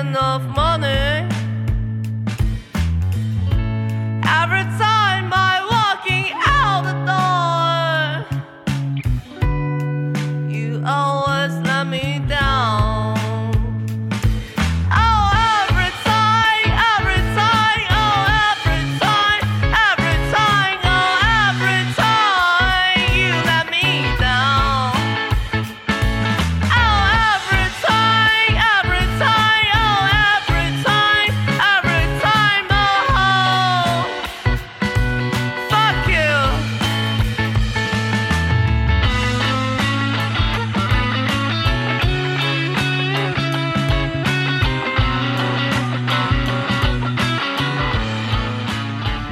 enough money. Every time by walking out the door, you always let me down. Oh, every time, every time, oh, every time, every time, oh, every time, you let me down. Oh, every time, every time, oh, every time, every time, oh, fuck you.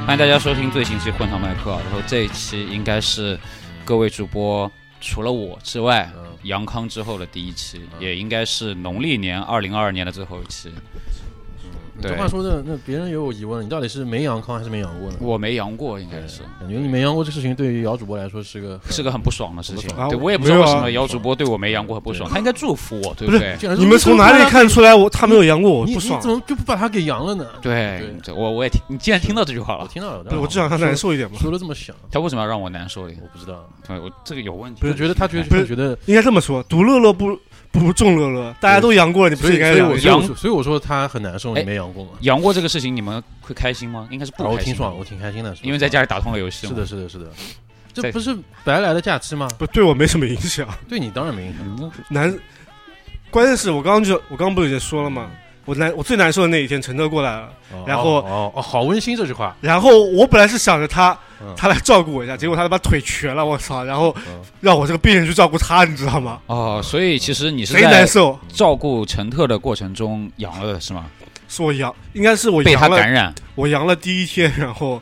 欢迎大家收听最新期《混糖麦克》，然后这一期应该是各位主播除了我之外，杨康之后的第一期，嗯也应该是农历年二零二二年的最后一期。你对这话嗯说的，那别人也有疑问，你到底是没阳康还是没阳过呢？我没阳过，应该是感觉你没阳过这事情，对于姚主播来说是个是个很不爽的事情很不。爽对啊我也不知道没为有啊什么姚主播对我没阳过很不爽，他应该祝福我，对不不对？竟然说你们从哪里看出来我他没有阳过？我你不你爽怎。么就不把他给阳了呢？对，这我我也听，你既然听到这句话我了，听到了，不是，我至少让他难受一点嘛。说的这么响，他为什么要让我难受一点？我不知道，对我这个有问题。就觉得他觉得不是觉得，应该这么说，独乐乐不不如众乐乐，大家都阳过了，你不所是以应该所以阳阳我所以我所以我说他很难受，哎你没阳过吗？阳过这个事情，你们会开心吗？应该是哎不啊我开心挺的。爽，我挺开心的，因为在家里打通了游戏。是的，，是的，是的，在这不是白来的假期吗？不对我没什么影响。对你当然没影响，嗯难，关键是我刚刚就我刚刚不是也说了吗？我难我最难受的那一天，陈乐过来了，哦然后哦哦，好温馨这句话，然后我本来是想着他嗯他来照顾我一下，结果他他妈腿瘸了，我操！然后嗯让我这个病人去照顾他，你知道吗？哦，所以其实你是贼难在受，照顾陈特的过程中阳了的是吗？是我阳，应该是我被他阳了，感染。我阳了第一天，然后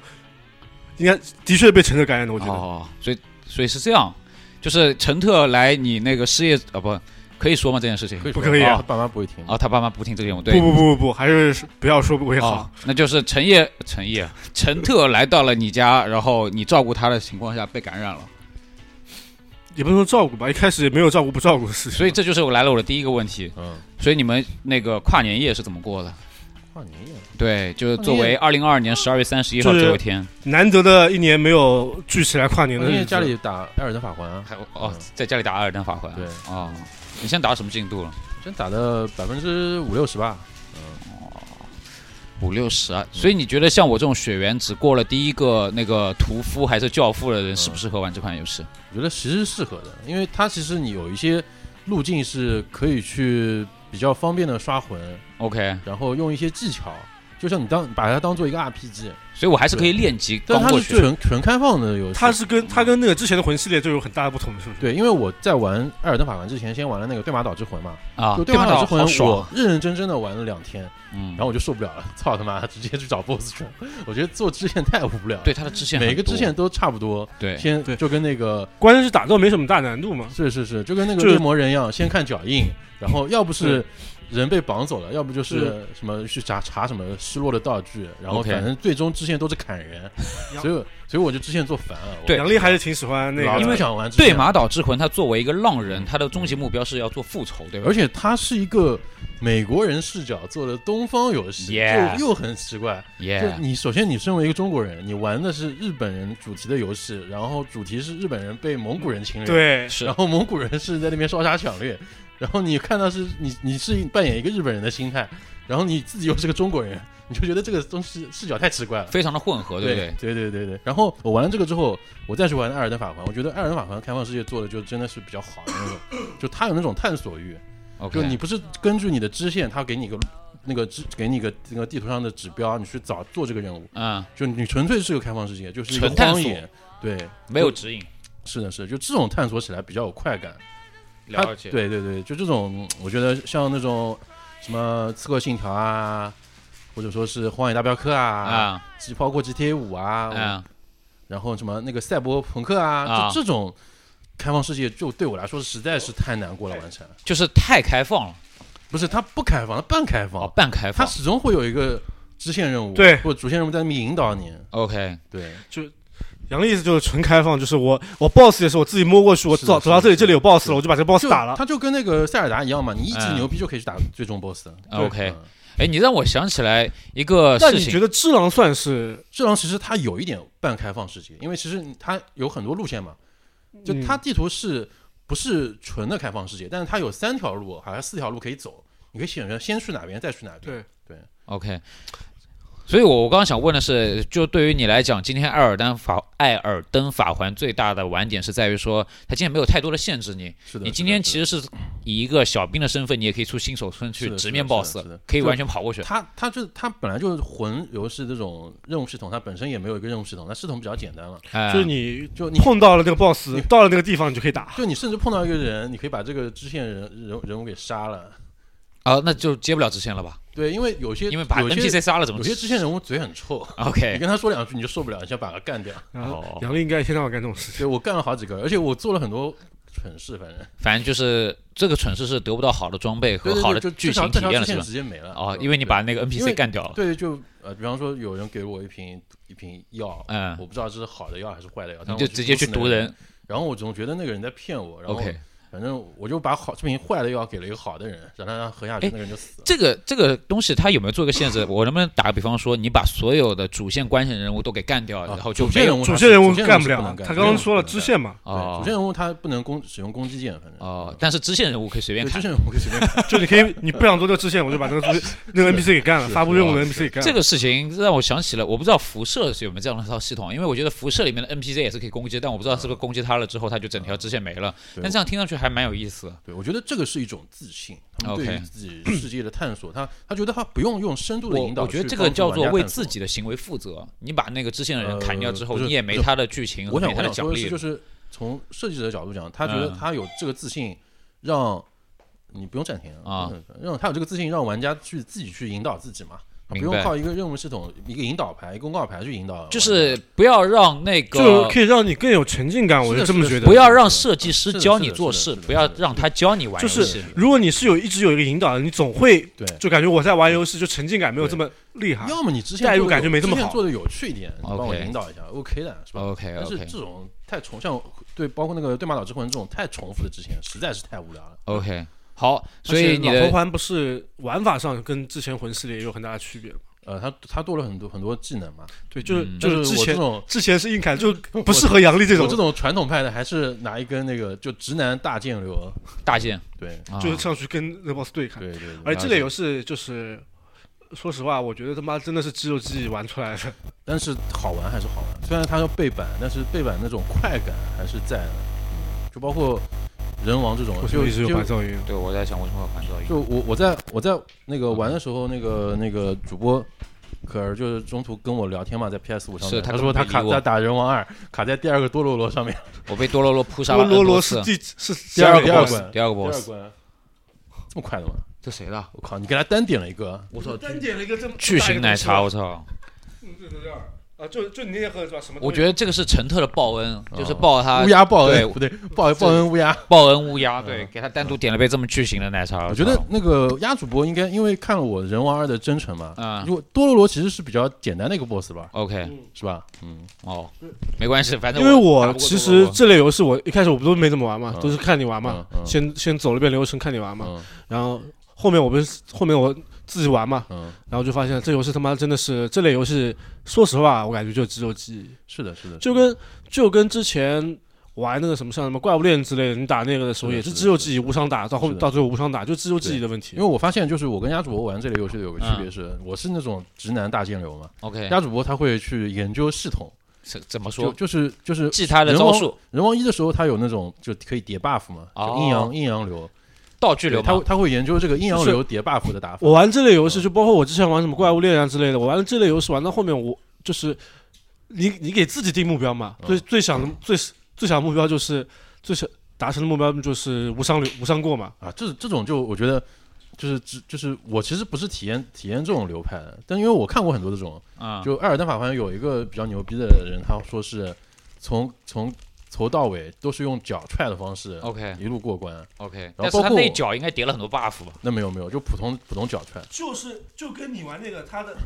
应该的确被陈乐感染的，我觉得。哦，所以所以是这样，就是陈特来你那个失业啊，不可以说吗？这件事情可以不说哦可以啊他爸妈不会听啊，他爸妈不听这个节目，对不。不不不不，还是不要说为好。哦，那就是陈烨、陈烨、陈特来到了你家，然后你照顾他的情况下被感染了，也不能说照顾吧，一开始也没有照顾不照顾的事情。所以这就是我来了我的第一个问题。嗯，所以你们那个跨年夜是怎么过的？跨年夜，对，就是作为二零二二年十二月三十一号就是这一天，难得的一年没有聚起来跨年跨的日年子，夜家里打艾尔登法环啊，还有哦，在家里打《艾尔登法环》对，哦，你现在打到什么进度了？真打的百分之五六十吧，五六十啊！所以你觉得像我这种血缘只过了第一个那个屠夫还是教父的嗯人，适不适合玩这款游戏？我觉得其实是适合的，因为它其实你有一些路径是可以去比较方便的刷魂， OK，然后用一些技巧，就像你当把它当做一个 RPG，所以我还是可以练级但刚它过是去。纯纯开放的游戏。它是跟它跟那个之前的魂系列就有很大的不同，是不是？对，因为我在玩《艾尔登法环》之前，先玩了那个《对马岛之魂》嘛，啊，就《对马吧？岛之魂好》，爽啊我，认认真真的玩了两天，嗯然，后我就受不了了，操他妈，直接去找 BOSS 去了。我觉得做支线太无聊了，对，它的支线很多，每个支线都差不多，对先对就跟那个关键是打斗没什么大难度嘛。是是是，就跟那个就是猎魔人一样，先看脚印，然后要不是人被绑走了，要不就是什么去查查什么失落的道具，然后 OK 反正最终支线都是砍人，所以所以我就支线做烦了。我对杨笠还是挺喜欢那老个，是因为想玩支线对？马岛之魂，它作为一个浪人，它的终极目标是要做复仇，对吧而？且它是一个美国人视角做的东方游戏， Yeah 就又很奇怪。就耶，你首先你身为一个中国人，你玩的是日本人主题的游戏，然后主题是日本人被蒙古人侵略，对是然后蒙古人是在那边烧杀抢掠，然后你看到是你你是扮演一个日本人的心态，然后你自己又是个中国人，你就觉得这个东西视角太奇怪了。非常的混合，对不对？对对对对。然后我玩了这个之后，我再去玩《艾尔登法环》，我觉得《艾尔登法环》开放世界做的就真的是比较好的那种，就它有那种探索欲，就 OK，你不是根据你的支线，它给你一个那个支给你一个那个地图上的指标，你去找做这个任务，嗯，就你纯粹是个开放世界，就是一个纯探荒索野。对，没有指引，是的，是的，就这种探索起来比较有快感。它了解。对对对，就这种，嗯我觉得像那种什么《刺客信条》啊，或者说是《荒野大镖客》啊，啊及包括 GTA 五啊，啊，然后什么那个赛博朋克啊，啊就这种开放世界，就对我来说实在是太难过了，完成。就是太开放了，不是它不开放，它半开放，哦，半开它放。始终会有一个支线任务，对或者主线任务在那边引导你。 OK，对，就杨笠意思就是纯开放，就是我我 boss 也是我自己摸过去，我是的走是的走到这里，是的这里有 boss 是了，的我就把这个 boss 就打了。他就跟那个塞尔达一样嘛，你一级哦嗯牛逼就可以去打最终 BOSS 了。啊 OK，嗯哎，你让我想起来一个那事你觉情，得智狼算是智狼其实它有一点半开放世界，因为其实它有很多路线嘛，嗯就它地图是不是纯的开放世界？但是它有三条路，好像四条路可以走，你可以选择先去哪边，再去哪边。对 OK，所以我我刚刚想问的是，就对于你来讲，今天艾尔登法艾尔登法环最大的玩点是在于说，它今天没有太多的限制你，是的。你今天其实实是以一个小兵的身份，你也可以出新手村去是的直是的面是的 BOSS，是的可以就完全跑过去。它它就它本来就是魂游戏这种任务系统，它本身也没有一个任务系统，它系统比较简单了，哎就是你就你。碰到了那个 boss，你到了那个地方你就可以打。就你甚至碰到一个人，你可以把这个支线人人人物给杀了，啊，那就接不了支线了吧？对，因为有些因为把有些 NPC 杀了怎么有支？些支线人物嘴很臭，你 OK，跟他说两句你就受不了，你想把他干掉。然后哦杨笠应该一天到晚干这种事情。对我干了好几个，而且我做了很多蠢事，反正反正就是这个蠢事是得不到好的装备对和对好对，的就剧这条情体这验条了，支是线吧？直接没了哦，对因为你把那个因 NPC 为干掉了。对就呃，比方说有人给我一瓶一瓶药，嗯我不知道这是好的药还是坏的药，你但就我直接去毒死毒那个人。然后我总觉得那个人在骗我，然后 OK，反正我就把好这瓶坏的药给了一个好的人，让他让他喝下去，哎那个人就死了。这个这个东西它有没有做一个 限制？我能不能打个比方说，你把所有的主线关键人物都给干掉，啊然后就主没线有人物主他线是人物主线人干物不是了能，干他的主线刚人刚物说了不能支干 线嘛，对哦主线人物他不能攻使用攻击键，反正哦，但是支线人物可以随便对砍支。线人物可以随 便砍就你可以你不想做这个支线，我就把那个主那个 NPC 给干了，是发布任务的是 NPC 给干了。这个事情让我想起了，我不知道辐射是有没有这样的一套系统，因为我觉得辐射里面的 NPC 也是可以攻击，但我不知道是不是攻击他了之后，他就整条支线没了。对但这样听上去还蛮有意思。对，我觉得这个是一种自信，他们对 OK 于自己世界的探索，他他觉得他不用用深度的我引导我去觉得帮助玩家探索。这个叫做为自己的行为负责。你把那个支线的人砍掉之后，呃不是你也没他的剧情，我想没我他的想奖说的励是，就。是从设计者的角度讲，他觉得嗯他有这个自信，让你不用暂停啊，嗯让他有这个自信，让玩家去自己去引导自己嘛，不明白用靠一个任务系统、一个引导牌、一个公告牌去引导玩家。就是不要让那就个可以让你更有沉浸感，我是的这是么的觉得不。要让设计师是的教是的你做是事，的是的不要是的让他教你玩就游是戏。如果你是有一直有一个引导的，你总会对，就感觉我在玩游戏，就沉浸感没有这么厉害。要么你之前代入做得感觉没这么之前好做的有趣一点，你帮我 OK 引导一下，OK 的是吧 OK 但是 OK 这种太重，像对包括那个《对马岛之魂》这种太重复的之前，实在是太无聊了。 OK，好，所而以且你老头的环不是玩法上跟之前魂系列也有很大的区别吗呃，他他多了很多很多技能嘛，对，就是嗯就但之我这前种之前是硬砍，就不适合杨笠这我种这，种传统派的，还是拿一根那个就直男大剑流，大件，对啊就是上去跟那 boss 对砍。对对对。哎而这类游戏就是，说实话，我觉得他妈真的是肌肉记忆玩出来的。但是好玩还是好玩，虽然它要背板，但是背板那种快感还是在的。嗯，就包括人王这种，就就噪音。啊对我在想为什么会环噪音。就我我在我在那个嗯玩的时候，那个那个主播可儿就是中途跟我聊天嘛，在 PS 五上是面，他他说他根本卡不理我在打人王二，卡在第二个多罗罗上面，我被多罗罗扑杀了多罗 N 罗多是次。第是第二个第第二二个个 boss，第二个 boss，关第二关，这么快的吗？这谁的？我靠，你给他单点了一个，我操！单点了一个这么巨型奶茶，我操！啊，就就你也喝是吧？什么？我觉得这个是陈特的报恩，就是哦报他乌鸦报恩啊对不对，报报恩乌鸦。报恩乌鸦，对，嗯给他单独点了杯这么巨型的奶茶。我觉操得那个鸭主播应该因为看了我《人王二》的真诚嘛，嗯因为多罗罗其实是比较简单的一个 boss 吧， OK，是吧？嗯，哦，没关系，反正因为我我其实这类游戏我一开始我不都没怎么玩嘛，嗯都是看你玩嘛，嗯嗯先先走了一遍流程看你玩嘛，嗯然后后面我不是后面我自己玩嘛，嗯，然后就发现这游戏他妈真的是这类游戏，说实话我感觉就只有记忆，是的，是的，就跟就跟之前玩那个什么像什么怪物猎人之类的，你打那个的时候是的也是是的只有自己无伤打，到后是的到最后无伤打就只有自己的问题因为。我发现就是我跟鸭主播玩这类游戏的有个区嗯别是，我是那种直男大贱流嘛， OK，鸭主播他会去研究系统，怎怎么就说？就是就是记他的人招王数，人王一的时候，他有那种就可以叠 buff 嘛，哦就阴阳阴阳流，道具流他吗会？他会研究这个阴阳就是流叠 buff 的打法，我玩这类游嗯戏，就包括我之前玩什么怪物猎人啊之类的，我玩了这类游戏玩到后面，我就是你你给自己定目标嘛，嗯最最想的最最想的目标就是最想达成的目标就是无伤流无伤过嘛。啊，这这种就我觉得就是只就是我其实不是体验体验这种流派的，但因为我看过很多这种。啊，就《艾尔登法环》有一个比较牛逼的人，他说是从从头到尾都是用脚踹的方式 OK 一路过关。 OK，但包括是他那脚应该叠了很多 buff 吧？那没有没有，就普通普通脚踹。就是就跟你玩那个他的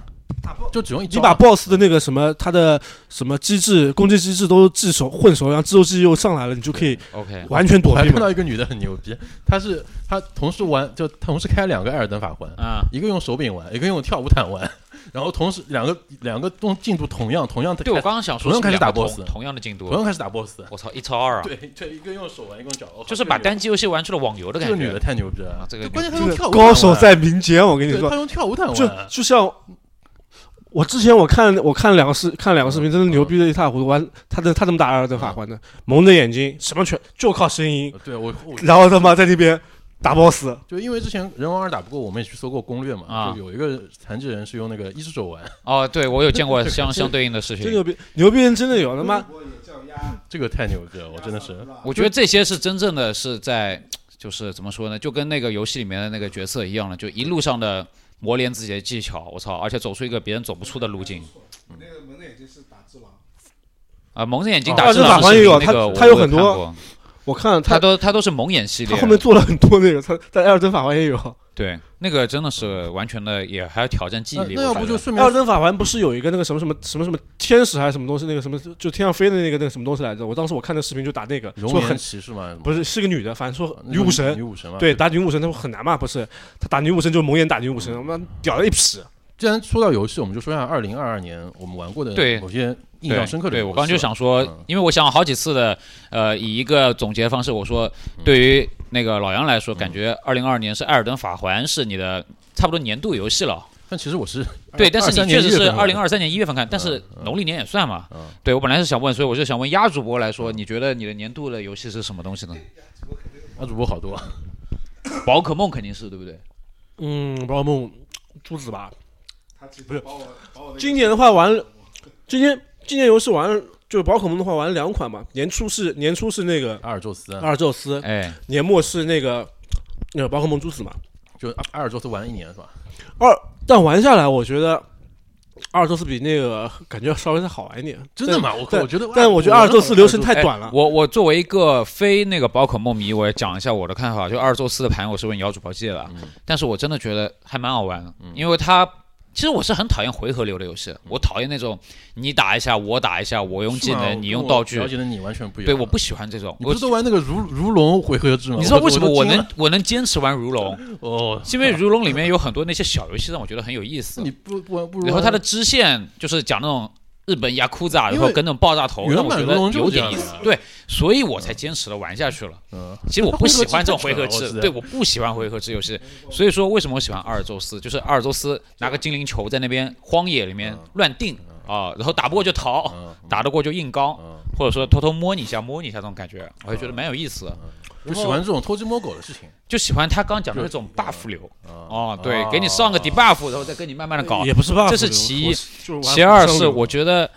打就只用一你招把 BOSS 的那个什么，他的什么机制、攻击机制都记熟混熟，然后自由机又上来了，你就可以 OK，完全我躲还避碰到嘛。一个女的很牛逼，她是她同时玩，就同时开两个艾尔登法环，啊，一个用手柄玩，一个用跳舞毯玩，然后同时两个两个动进度同样同样的，对我刚刚想说同是样开始两个打同 boss 同样的进同度，样开始打 boss，我操，一超二啊，对对，一个用手玩，一个用脚，我靠就是把单机游戏玩出了网游的这感个觉。女的太牛逼了啊，这个对牛关键她这用个跳舞毯高手玩在民间，我跟你对，说她，用跳舞毯啊就玩，就像我之前我看我看两个视看两个视嗯频，真的牛逼的一塌糊涂。完，他的他怎么打艾尔登法环的？蒙着眼睛，什么全就靠声音，对我我然后他妈在那边打 boss，就因为之前人王二打不过，我们也去搜过攻略嘛，啊就有一个残疾人是用那个一只手玩，哦，对我有见过相相对应的视真频。牛逼！牛逼人真的有他妈这个太牛逼了，我真的是我觉得这些是真正的是在，就是怎么说呢，就跟那个游戏里面的那个角色一样了，就一路上的磨练自己的技巧，我操，而且走出一个别人走不出的路径。那个蒙着眼睛哦是打啊只这狼。啊，法蒙环着眼睛打只狼是也有那它个我它有我很多看过我看它他都它都是蒙眼系列他的。后面做了很多那个，他在艾尔登法环也有。对那个真的是完全的，也还要挑战记忆那力。那我要感不觉就顺艾便尔登法环不是有一个那个什么什么什么什么天使还是什么东西，那个什么就天上飞的那个那个什么东西来着？我当时我看那视频就打那个，熔说岩嗯很骑士嘛，不是是个女的，反正说那女个武女神，武啊神嘛，对，打女武神他说很难嘛，不是？他打女武神就蒙眼打女武神，他妈屌了一匹。既然说到游戏，我们就说一下二零二二年我们玩过的对某些印对象深刻的对游戏我吧刚就，想说嗯，因为我想了好几次的，呃，以一个总结方式，我说嗯对于那个老杨来说，感觉二零二年是《艾尔登法环》是你的差不多年度游戏了。但其实我是 对，但是23你年确实1月是份玩二零的二三年一月份看，但是农历年也算嘛嗯。对我本来是想问，所以我就想问鸭主播来说，你觉得你的年度的游戏是什么东西呢？啊，主播好多，宝可梦肯定是对不对？嗯，宝可梦珠子吧，不是。今年的话玩了，今年今年游戏玩了就是宝可梦的话玩了两款嘛，年初是年初是那个阿尔宙斯啊，阿尔宙斯，哎，年末是那个那个宝可梦珠子嘛。就阿阿尔宙斯玩了一年是吧？二但玩下来，我觉得阿尔宙斯比那个感觉稍微再好玩一点。真的吗？我但我觉得，但我觉得阿尔宙斯流程太哎短了。我我作为一个非那个宝可梦迷，我也讲一下我的看法。就阿尔宙斯的盘，我是问姚主播借的，但是我真的觉得还蛮好玩的，因为它。其实我是很讨厌回合流的游戏，我讨厌那种你打一下，我打一下，我用技是吗能，你用我道具了，解的你完全不一样。对，我不喜欢这种。你我不是都玩那个如如龙回合制吗？你知道为什么都我惊能了我能坚持玩如 龙？哦？是因为如龙里面有很多那些小游戏让我觉得很有意思你。不不玩不如然后玩它的支线就是讲那种日本雅库扎，因为然后跟那种爆炸头，原让我版觉如龙得就是有这样点意思的。对，所以我才坚持的玩下去了。嗯其实我不喜欢这种回合我制知，道对，我不喜欢回合制游戏。所以说，为什么我喜欢阿尔宙斯？就是阿尔宙斯拿个精灵球在那边荒野里面乱定啊，然后打不过就逃，嗯打得过就硬刚，嗯，或者说偷偷摸你一下，摸你一下这种感觉，我就觉得蛮有意思的。嗯就喜欢这种偷鸡摸狗的事情。就喜欢他刚讲的那种 buff 流哦，对，给你上个嗯哦 debuff，然后再跟你慢慢的搞。也不是吧，这是其一我是就是玩其二不上是手我觉得，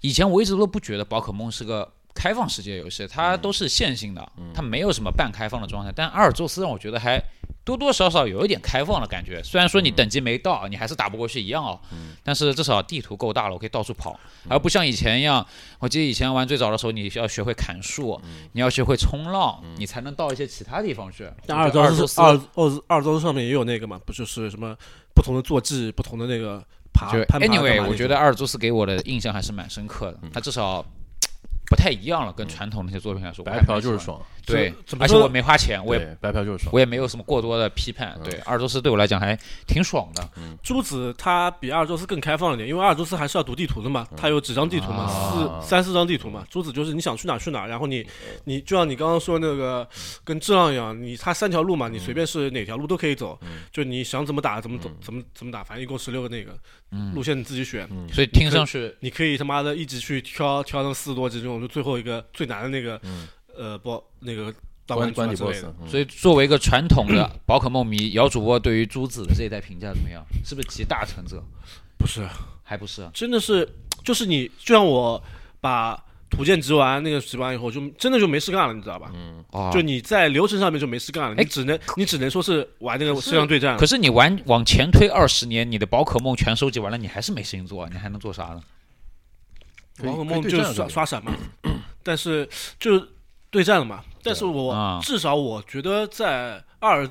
以前我一直都不觉得宝可梦是个开放世界游戏，它都是线性的，它没有什么半开放的状态。但阿尔宙斯让我觉得还多多少少有一点开放的感觉，虽然说你等级没到，你还是打不过去一样哦，但是至少地图够大了，我可以到处跑，而不像以前一样。我记得以前玩最早的时候，你需要学会砍树，你要学会冲浪，你才能到一些其他地方去。但阿尔我觉得宙斯阿尔宙斯阿尔宙斯上面也有那个嘛，不就是什么不同的坐骑，不同的那个爬就啊攀爬干嘛那 anyway，种嗯我觉得阿尔宙斯给我的印象还是蛮深刻的，他至少不太一样了，跟传统那些作品来说，我还白蛮嫖就是喜欢。爽，对怎，么而且说呢我没花钱，我也对，白嫖就是爽。我也没有什么过多的批判。嗯对，阿尔宙斯对我来讲还挺爽的。珠子它比阿尔宙斯更开放一点，因为阿尔宙斯还是要读地图的嗯嘛，它有几张地图嘛，啊四三四张地图嘛。珠子就是你想去哪儿去哪儿，然后你嗯你就像你刚刚说那个跟质量一样，你它三条路嘛，你嗯随便是哪条路都可以走，就你想怎么打怎么走怎么怎么打，反正一共十六个那个嗯路线你自己选。所以听上去，你可以他妈的一直去挑挑那四十多级中，就最后一个最难的那个，呃，不，那个大关关关底之类 boss，的。嗯所以作为一个传统的宝可梦迷，姚主播对于朱子的这一代评价怎么样？是不是集大成者？不是，还不是啊？真的是，就是你，就像我把图鉴直完那个直完以后，就真的就没事干了，你知道吧？哦嗯就你在流程上面就没事干了，哎你只能你只能说是玩那个摄像对战可。是你玩往前推二十年，你的宝可梦全收集完了，你还是没事情做，你还能做啥哎呢？可以王可可以梦对就战是了刷对刷闪嘛，但是就对战了嘛。但是啊我至少我觉得在阿尔，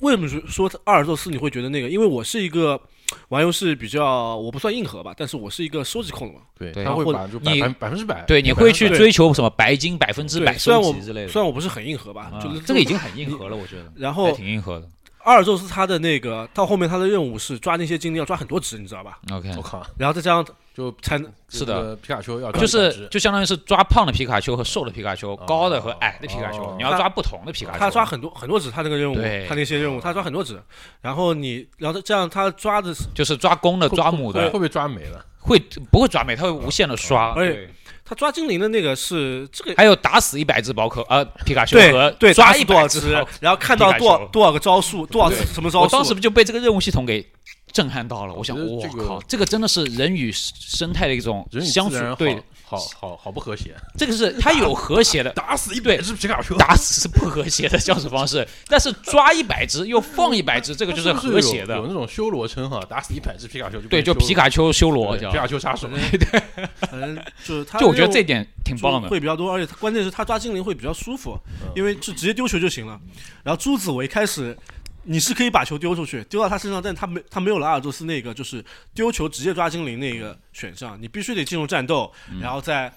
为什么说阿尔宙斯你会觉得那个？因为我是一个玩游戏比较，我不算硬核吧，但是我是一个收集控的嘛。对，对他会或把就百你百百分之百，对，你会去百分之百追求什么白金百分之对百虽然收我集之类的虽然我不是很硬核吧，嗯啊，就是这个已经很硬核了，我觉得。然还后挺硬核的。阿尔宙斯他的那个到后面他的任务是抓那些精灵要抓很多只，你知道吧？ OK，我靠，然后再加上就是才能是的，皮卡丘要抓就一百是只就相当于是抓胖的皮卡丘和瘦的皮卡丘，哦高的和矮的皮卡丘哦，你要抓不同的皮卡丘。他抓很多很多只，他那个任务对，他那些任务他抓很多只，然后你然后这样他抓的，就是抓公的、会抓母会的会，被抓没了，会不会抓没？它会无限的刷。而且对他抓精灵的那个是这个还有打死一百只宝可呃皮卡丘和对对抓死一多少百只 只宝可。，然后看到多皮少卡丘多少个招数，多少次什么招我数，当时不就被这个任务系统给震撼到了？我想，我我觉得这个靠，这个真的是人与生态的一种人与自相处然。好对，好好好不和谐，这 个是它有和谐的，打死一对百只皮卡丘， 打死是不和谐的相处方式，但是抓一百只又放一百只，这个就是是不是和谐有有的。那种修罗称哈，打死一百只皮卡丘就对，变就修罗皮卡丘修罗，对叫皮卡丘杀手，反正嗯就是他就我觉得任务这点挺棒的。嗯会比较多，而且它关键是它抓精灵会比较舒服，因为就直接丢球就行了。然后珠子我一开始你是可以把球丢出去，丢到他身上，但他没他没有了阿尔宙斯那个就是丢球直接抓精灵那个选项，你必须得进入战斗，然后再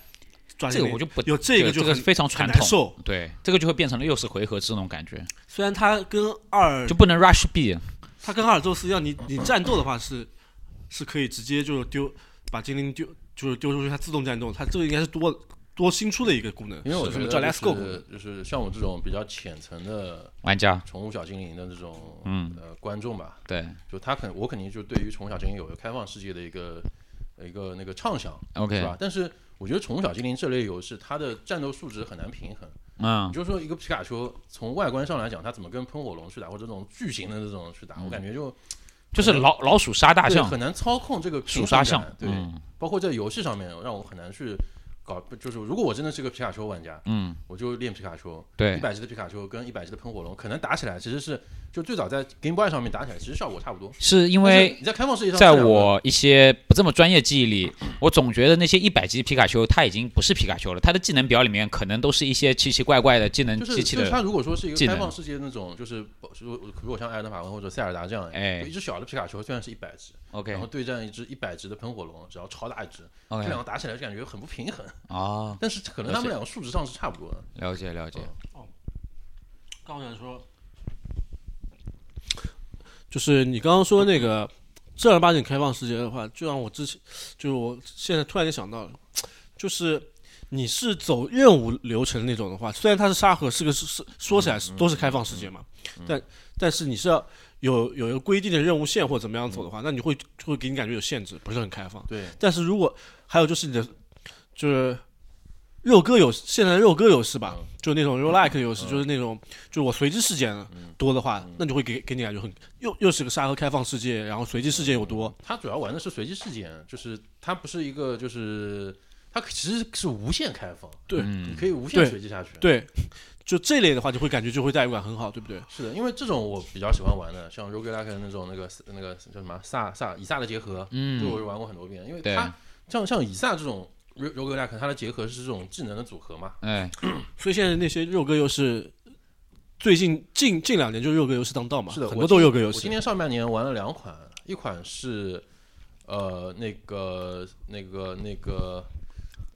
抓嗯这精灵。个我就不有这个就这很、个非常传很难统，受。对，这个就会变成了又是回合制那种感觉，虽然他跟二就不能 rush B。他跟阿尔宙斯一样，你你战斗的话是是可以直接就丢把精灵丢就是丢出去，它自动战斗，它这个应该是多多新出的一个功能，因为我觉什得么叫就 Let's Go 功能是就是像我这种比较浅层的玩家，宠物小精灵的这种嗯呃观众吧，对就他肯我肯定就对于宠物小精灵有一个开放世界的一个呃一个那个畅想，是，OK，吧？但是我觉得宠物小精灵这类游戏，它的战斗数值很难平衡。你嗯，就说一个皮卡丘，从外观上来讲，它怎么跟喷火龙去打，或者这种巨型的这种去打，我感觉就就是老老鼠杀嗯大对象，很难操控这个平鼠衡杀感象，对，嗯包括在游戏上面，让我很难去搞。就是如果我真的是个皮卡丘玩家，嗯，我就练皮卡丘，一对，百只的皮卡丘跟一百只的喷火龙，可能打起来其实是就最早在 Game Boy 上面打起来，其实效果差不多。是因因为你在开放世界上在这两个，我一些不这么专业记忆里，我总觉得那些一百级皮卡丘它已经不是皮卡丘了，它的技能表里面可能都是一些奇奇怪怪的技能就是机器就嗯是的，它如果说是一技个能开放世界那种，就是如果如果像艾尔登法环或者塞尔达这样，哎就一只小的皮卡丘虽然是一百只， OK 然后对战一只一百只的喷火龙，只要超大一只，这 OK，两个打起来就感觉很不平衡。哦，但是可能他们两个数值上是差不多的。了解了解，刚想说，就是你刚刚说那个正儿八经开放世界的话，就让我之前，就是我现在突然间想到了，就是你是走任务流程那种的话，虽然它是沙盒，是个是是说起来是都是开放世界嘛，但但是你是要有有一个规定的任务线或怎么样走的话，那你会就会给你感觉有限制，不是很开放。对，但是如果还有就是你的就是肉鸽游戏，现在的肉鸽游戏嗯吧，就那种 roguelike 游戏，就是那种就是我随机事件啊嗯多的话，那就会给给你感觉很又又是个沙盒开放世界，然后随机事件又多，他主要玩的是随机事件，就是它不是一个就是它其实是无限开放，对嗯你可以无限随机下去。对，就这类的话就会感觉就会代入感很好，对不对？是的，因为这种我比较喜欢玩的，像 roguelike 那种那个那个叫什么啊萨萨以萨的结合，嗯对我就玩过很多遍，因为对它像像以萨这种 ro- roguelike，它的结合是这种技能的组合嘛，哎，所以现在那些肉鸽游戏。最近近近两年就是肉鸽游戏当道嘛，是的很我多都是肉鸽游我今戏。年上半年玩了两款，一款是呃那个那个那个，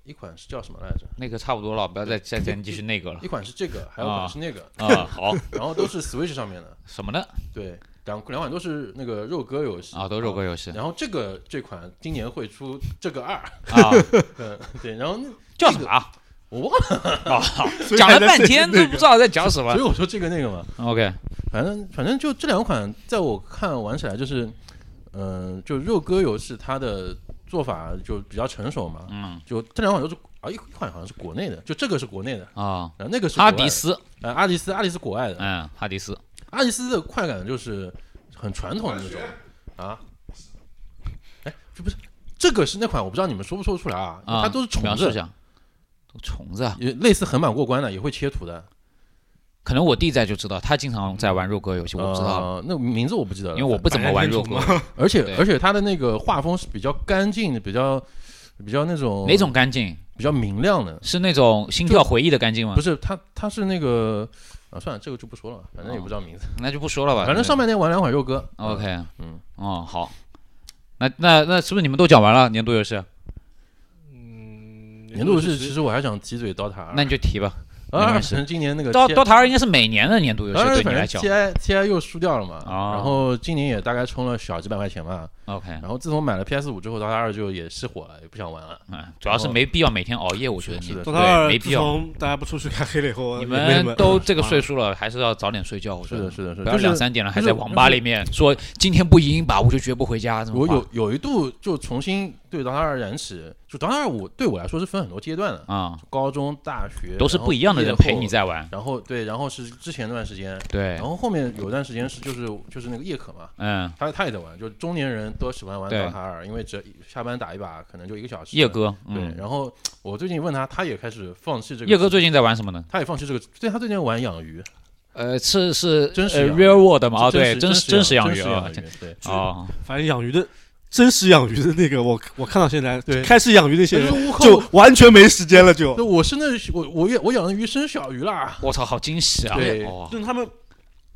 一款是叫什么来着？那个差不多了，不要再再再继续那个 了一款是这个，还有一款是那个，啊，好， 然后都是 Switch 上面的，什么呢？对，两两款都是那个肉鸽游戏啊，都是肉鸽。游戏然后这个这款今年会出这个二， 啊，嗯，对，然后那叫什么啊？我忘了，啊，讲了半天都不知道在讲什么所以。我说这个那个嘛， OK，反正反正就这两款，在我看玩起来就是，嗯、就肉鸽游戏它的做法就比较成熟嘛，嗯就这两款都是啊，一一款好像是国内的，就这个是国内的，啊，然后那个是哈国外的迪，斯，呃，阿迪斯，阿迪斯国外的，嗯，哈迪斯，阿迪斯的快感就是很传统的那种啊，哎，这不是这个是那款，我不知道你们说不说得出来啊，因为啊，它都是描虫述一子，下，都虫子啊。也类似横版过关的，也会切图的，可能我弟在就知道，他经常在玩肉鸽游戏，我不知道了，呃，那名字我不记得了，因为我不怎么玩肉鸽。而且对而且它的那个画风是比较干净的，比较比较那种哪种啊干净？比较明亮的，是那种心跳回忆的干净吗不？是它它是那个啊，算了，这个就不说了，反正也不知道名字。嗯那就不说了吧。反正上面半年玩两款肉鸽， OK，嗯，哦，好。那那那是不是你们都讲完了年度游戏？年度是，其实我还想提嘴 DOTA 二，那你就提吧。没啊，关系反正今年那个刀 T- 刀塔二应该是每年的年度游戏当然，对你反正来讲 T。I T I 又输掉了嘛，哦嗯然后今年也大概充了小几百块钱吧。 OK，然后自从买了 P S 五之后，《刀塔二》就也熄火了，也不想玩了。嗯，主要是没必要每天熬夜，我觉得哦是你的动对态二没自必要。从大家不出去开黑了以后，啊你也没什么们都这个岁数了，还是要早点睡觉。我觉是的，得是的，是不的，要就两是三点了就还是在网吧里面说今天不赢吧，我就绝不回家。这种我话有有一度就重新对《刀塔二》燃起，就《刀塔二》我对我来说是分很多阶段的，啊，高中、大学都是不一样的人陪你。在玩。然后毕业后然后对，然后是之前那段时间，对然，后后面有一段时间是就是就是那个夜可嘛，嗯，他他也在玩，就是中年人都喜欢玩对《刀塔二》，因为只要一下班打一把可能就一个小时。叶哥，对，嗯，然后我最近问他，他也开始放弃这个。叶哥最近在玩什么呢？他也放弃这个，对他最近玩养鱼，呃，是是真实呃养 real world 嘛？哦，对，实真真真实养养鱼啊养。鱼，对。哦，反正养鱼的真实养鱼的那个，我我看到现在对开始养鱼那些但是人乌克就完全没时间了，就对，我是那我我也我养的鱼生小鱼啦，我操，好惊喜啊！对哦就是他们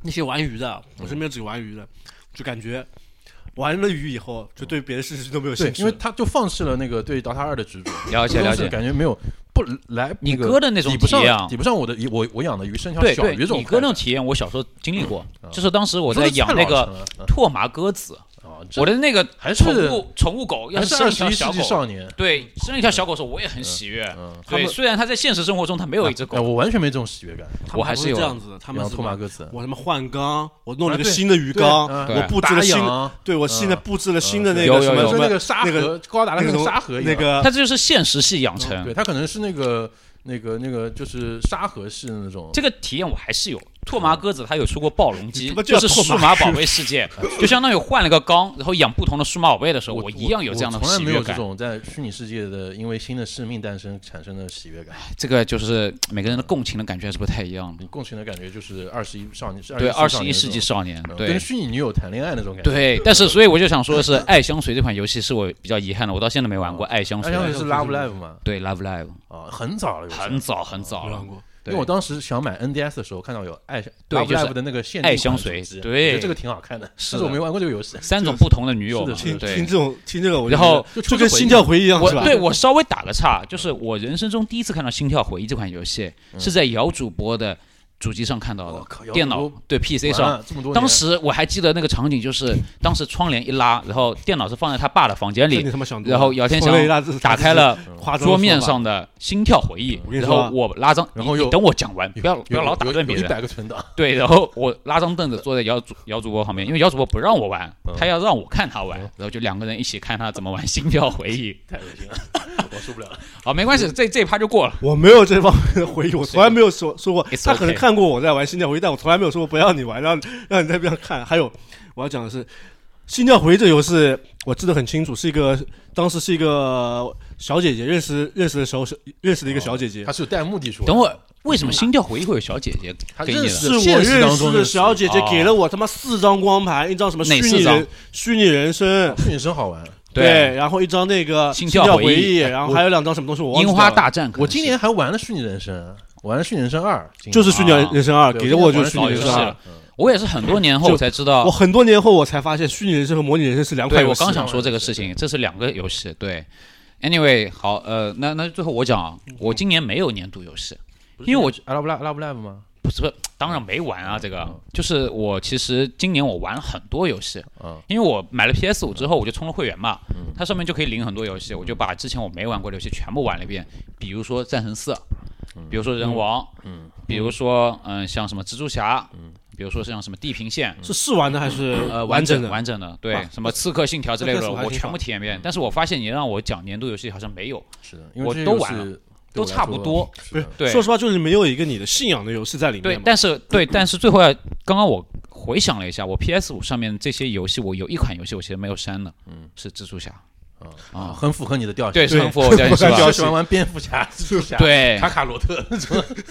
那些玩鱼的，我身边只有玩鱼的，就感觉玩了鱼以后，就对别的事情都没有对兴，趣因了。为他就放弃了那个对 DOTA 二的执着，了解了就是解。感觉没有不来你那个哥的那种抵不体验啊上抵不上我的我我养的鱼生条对小对鱼这，种你快哥那种感，体验，我小时候经历过，嗯就是当时我我在养那个拓麻鸽子，啊，我的那个还是宠物宠物狗，要还是是生二一十条一世小纪狗，少年，对，生一条小狗的时候，我也很喜悦。嗯，他对，们虽然它在现实生活中它没有一只哎狗，我完全没这种喜悦感，他们我还不是有这样子的，他们养是托马鸽子，我他妈换缸，我弄啊了一个对新的鱼对缸，啊我布置打了新的，养，对我嗯新的布置了新嗯的那啊有个有什么有什跟么那个沙那个盒高达的那那个个沙盒一那样。个它这就是现实系养对成。它可能是那个那个那个就是沙盒式的那种，这个体验我还是有。嗯拓麻鸽子它有出过暴龙机你他妈，就就要是拓麻数码宝贝世界，就相当于换了个缸，然后养不同的数码宝贝的时候，我一样有这样的我从来喜没悦有这感。种在虚拟世界的因为新的生命诞生产生的喜悦感。这个就是每个人的共情的感觉还是不太一样的。你共情的感觉就是二十一少年，对，二十一一世纪少年，对嗯跟，虚拟女友谈恋爱那种感觉。，对，但是所以我就想说的是，《爱香水》这款游戏是我比较遗憾的，我到现在没玩过《爱香那水》。像是 Love Live 嘛，对，Love Live 啊，很早了，有时候很早很早没了玩，过，因对为我当时想买 NDS 的时候，看到有爱对 Love 就是 Live 的那个限定爱香款手水机对我觉得这个挺好看的，是但是我没玩过这个游戏。三种不同的女友是的嘛是，听听对这。种听这个我就然后觉就得就出个跟心跳回忆一样我是吧？对我稍微打个岔，就是我人生中第一次看到《心跳回忆》这款游戏，是在姚主播的主机上看到我靠的，哦姚哦电主脑播对 PC 玩上。了这么多年，当时我还记得那个场景，就是当时窗帘一拉，然后电脑是放在他爸的房间这里你，他妈想多了，然后姚天祥说了一大堆打开 了夸张的桌面说法上的《心跳回忆我》，跟你然说啊后我拉张，然后你你又等我讲完，有不要不要有老打有断别有一人。百个存档， 对，然后我拉张凳子坐在姚主姚主播旁边，因为姚主播不让我玩，嗯他要让我看他玩，嗯然后就两个人一起看他怎么玩《心跳回忆》。太恶 心了，我受不了。好，没关系，这这一趴就过了。我没有这方面的回忆，我从来没有说说过 It's。他可能 okay 看过我在玩《心跳回忆》，但我从来没有说过不让你玩，让让你在边上看。还有，我要讲的是，《心跳回忆》这游戏我记得很清楚，是一个当时是一个小姐姐认识认识的时候是认识的一个小姐姐哦他，是有弹幕地说，等会儿为什么《心跳回忆》会有小姐姐他给你认的？识是我现实认当识中的认识小姐姐哦给了我他妈四张光盘，一张什么虚哪拟四张人虚拟人生，虚拟生好玩。对，然后一张那个心心跳跳回忆回忆，然后还有两张什么东西我忘记樱掉花了大战可能是。我今年还玩了虚拟人生，玩了虚拟人生二，今年就是虚拟啊人生二，对给了我就是我虚老游戏今年拟人生二了。，我也是很多年后就才知道我。很多年后我才发现，虚拟人生和模拟人生是两款啊对，游我戏。刚想说这个事情，这是两个游戏。对，anyway，好，呃，那那最后我讲啊，我今年没有年度游戏，因为我阿拉布拉阿拉布拉吗？不是，不是当然没玩啊，这个就是我其实今年我玩了很多游戏，嗯因为我买了 PS 五之后我就充了会员嘛，它上面就可以领很多游戏，我就把之前我没玩过的游戏全部玩了一遍，比如说战神四，比如说人王，嗯比如说嗯、像什么蜘蛛侠，比如说像什么地平线，嗯是试玩的还是呃，完整的？完整的，对哇，什么刺客信条之类这的，个我还我挺全部好体验一遍。但是我发现你让我讲年度游戏好像没有，是的，因为我这些都游戏玩了对都我来差不说多是的对说实话，就是没有一个你的信仰的游戏在里面对，嘛。但是对，但是最后要，刚刚我回想了一下，我 PS 五上面这些游戏，我有一款游戏我其实没有删的，嗯，是蜘蛛侠，啊，很符合你的调性。对，是对很符合 我的我是感觉吧？喜欢玩蝙蝠侠、蜘蛛侠、对，卡卡罗特、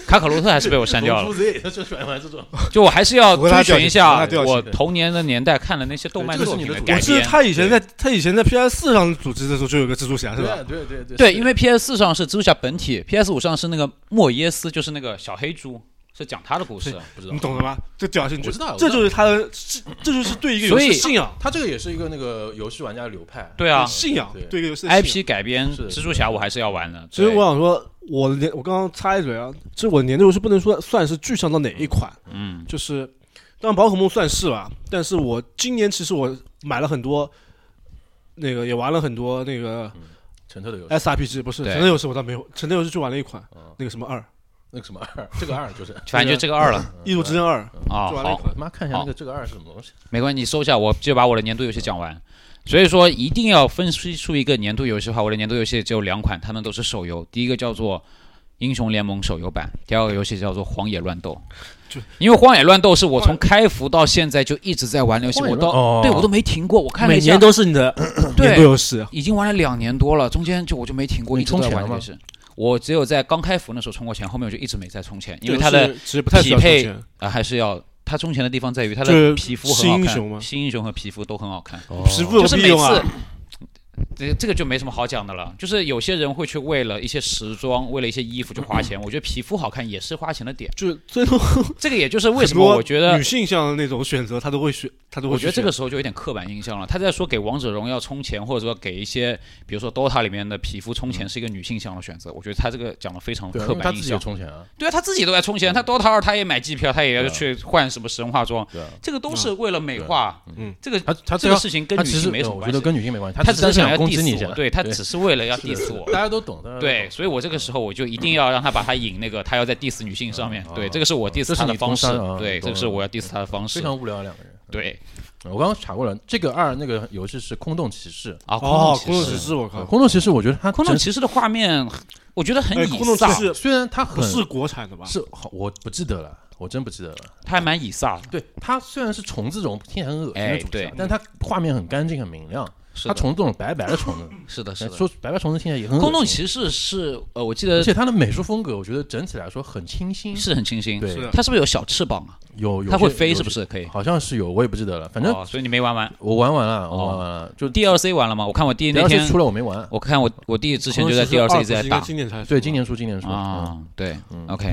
卡卡罗特还是被我删掉龙了。珠 Z，就喜欢玩这种。就我还是要我跟他追调寻戏一下我跟他调戏我童年的年代看的那些动漫对这作个是你品的的主改我记得编。他以前在他以前在 PS 4上组织的时候就有个蜘蛛侠是吧？对对对对，因为 PS 4上是蜘蛛侠本体，PS 五上是那个莫耶斯，就是那个小黑猪，是讲他的故事，不知道你。懂了吗？这屌性，我知道这我知道就是他的，这这就是对一个游所戏以的信仰，他这个也是一个那个游戏玩家的流派。对啊信仰对对一个游戏的信仰。 ，IP 改编是蜘蛛侠我还是要玩的。其实对我想说，我的年我刚刚插一嘴啊，其实我年度游戏不能说算是具象到哪一款，嗯就是当然宝可梦算是吧，但是我今年其实我买了很多，那个也玩了很多那个陈特的哎游戏， SRPG，不是对嗯城镇游戏我倒没有，城镇游戏就玩了一款，那个什么二，那个什么二，这个二就是，反正就这个二了《异度之刃二》，啊。就完了一嗯好款，妈看一下那哦个这个二是什么东西。没关系，你搜一下，我就把我的年度游戏讲完。所以说，一定要分析出一个年度游戏的话，我的年度游戏只有两款，它们都是手游。第一个叫做《英雄联盟》手游版，第二个游戏叫做《荒野乱斗就》。因为《荒野乱斗》是我从开服到现在就一直在玩的游戏，荒野我乱到哦对我都没停过。我看了每一下年，都是 你的年度对，游戏，啊已经玩了两年多了，中间就我就没停过，你一直都在充钱玩这个了吗游戏。我只有在刚开服那时候充过钱，后面我就一直没再充钱，因为它就的是其实不太需要匹配充钱啊还是要它充钱的地方在于它就是的皮肤很好新英看，雄吗新英雄和皮肤都很好看。皮肤有就是屁每用啊次，，这这个就没什么好讲的了。就是有些人会去为了一些时装，为了一些衣服去花 钱。我觉得皮肤好看也是花钱的点。就是最后这个也就是为什很么多我觉得女，性向的那种选择，他都会选，他都会我去觉选。得这个时候就有点刻板印象了。他在说给王者荣耀充钱，或者说给一些比如说 DOTA 里面的皮肤充钱是一个女性向的选择。我觉得他这个讲的非常对啊，刻因为他板自印己也象。充钱啊。对啊，他自己都在充钱，他 DOTA 二他也买机票，他也要对啊去换什么神化妆对啊，啊这个都是为了美化。嗯，这个他他这要个事情跟他女其实性没什么呃我关觉系得。跟女性没关系，他他只是想想要攻击你 diss 一下我，，对他只是为了要 diss 我，大家都懂，大家都懂对，，所以我这个时候我就一定要让他把他引那个，他要在 diss 女性上面，对，这个是我 diss 嗯哦这是他的你方同式山啊，对，懂这了是我要 diss 他的方非式，常无聊的两个人。对我刚刚查过了，这个二那个游戏是《空洞骑士》啊，哦，空空洞洞骑骑士，士，我呃靠，空洞骑士我觉得它嗯空洞真骑士的画面我觉得很哎，以空洞骑撒，士虽然它很不是国产的吧？是好，我不记得了，我真不记得了。他还蛮以撒的，对，它虽然是虫子这种听起来很恶心哎的主题啊对，但它画面很干净、很明亮。是它的，虫子这种白白的虫子，哎是的，是的。说白白虫子听起来也很恶心空洞，骑士是呃，我记得而且它的美术风格，我觉得整体来说很清新。是很清新，对是的它是不是有小翅膀啊？有有它会些飞有是不些是？可以，好像是有，我也不记得了。反正哦，所以你没玩完我玩完了，我哦玩完了，就 DLC 完了吗？我看我弟那要天是出，了我没玩。我看我我弟之前就在空洞骑 DLC 士一直在二不是应该打今年才出对，吗今年出，今年出。嗯，啊，对，OK，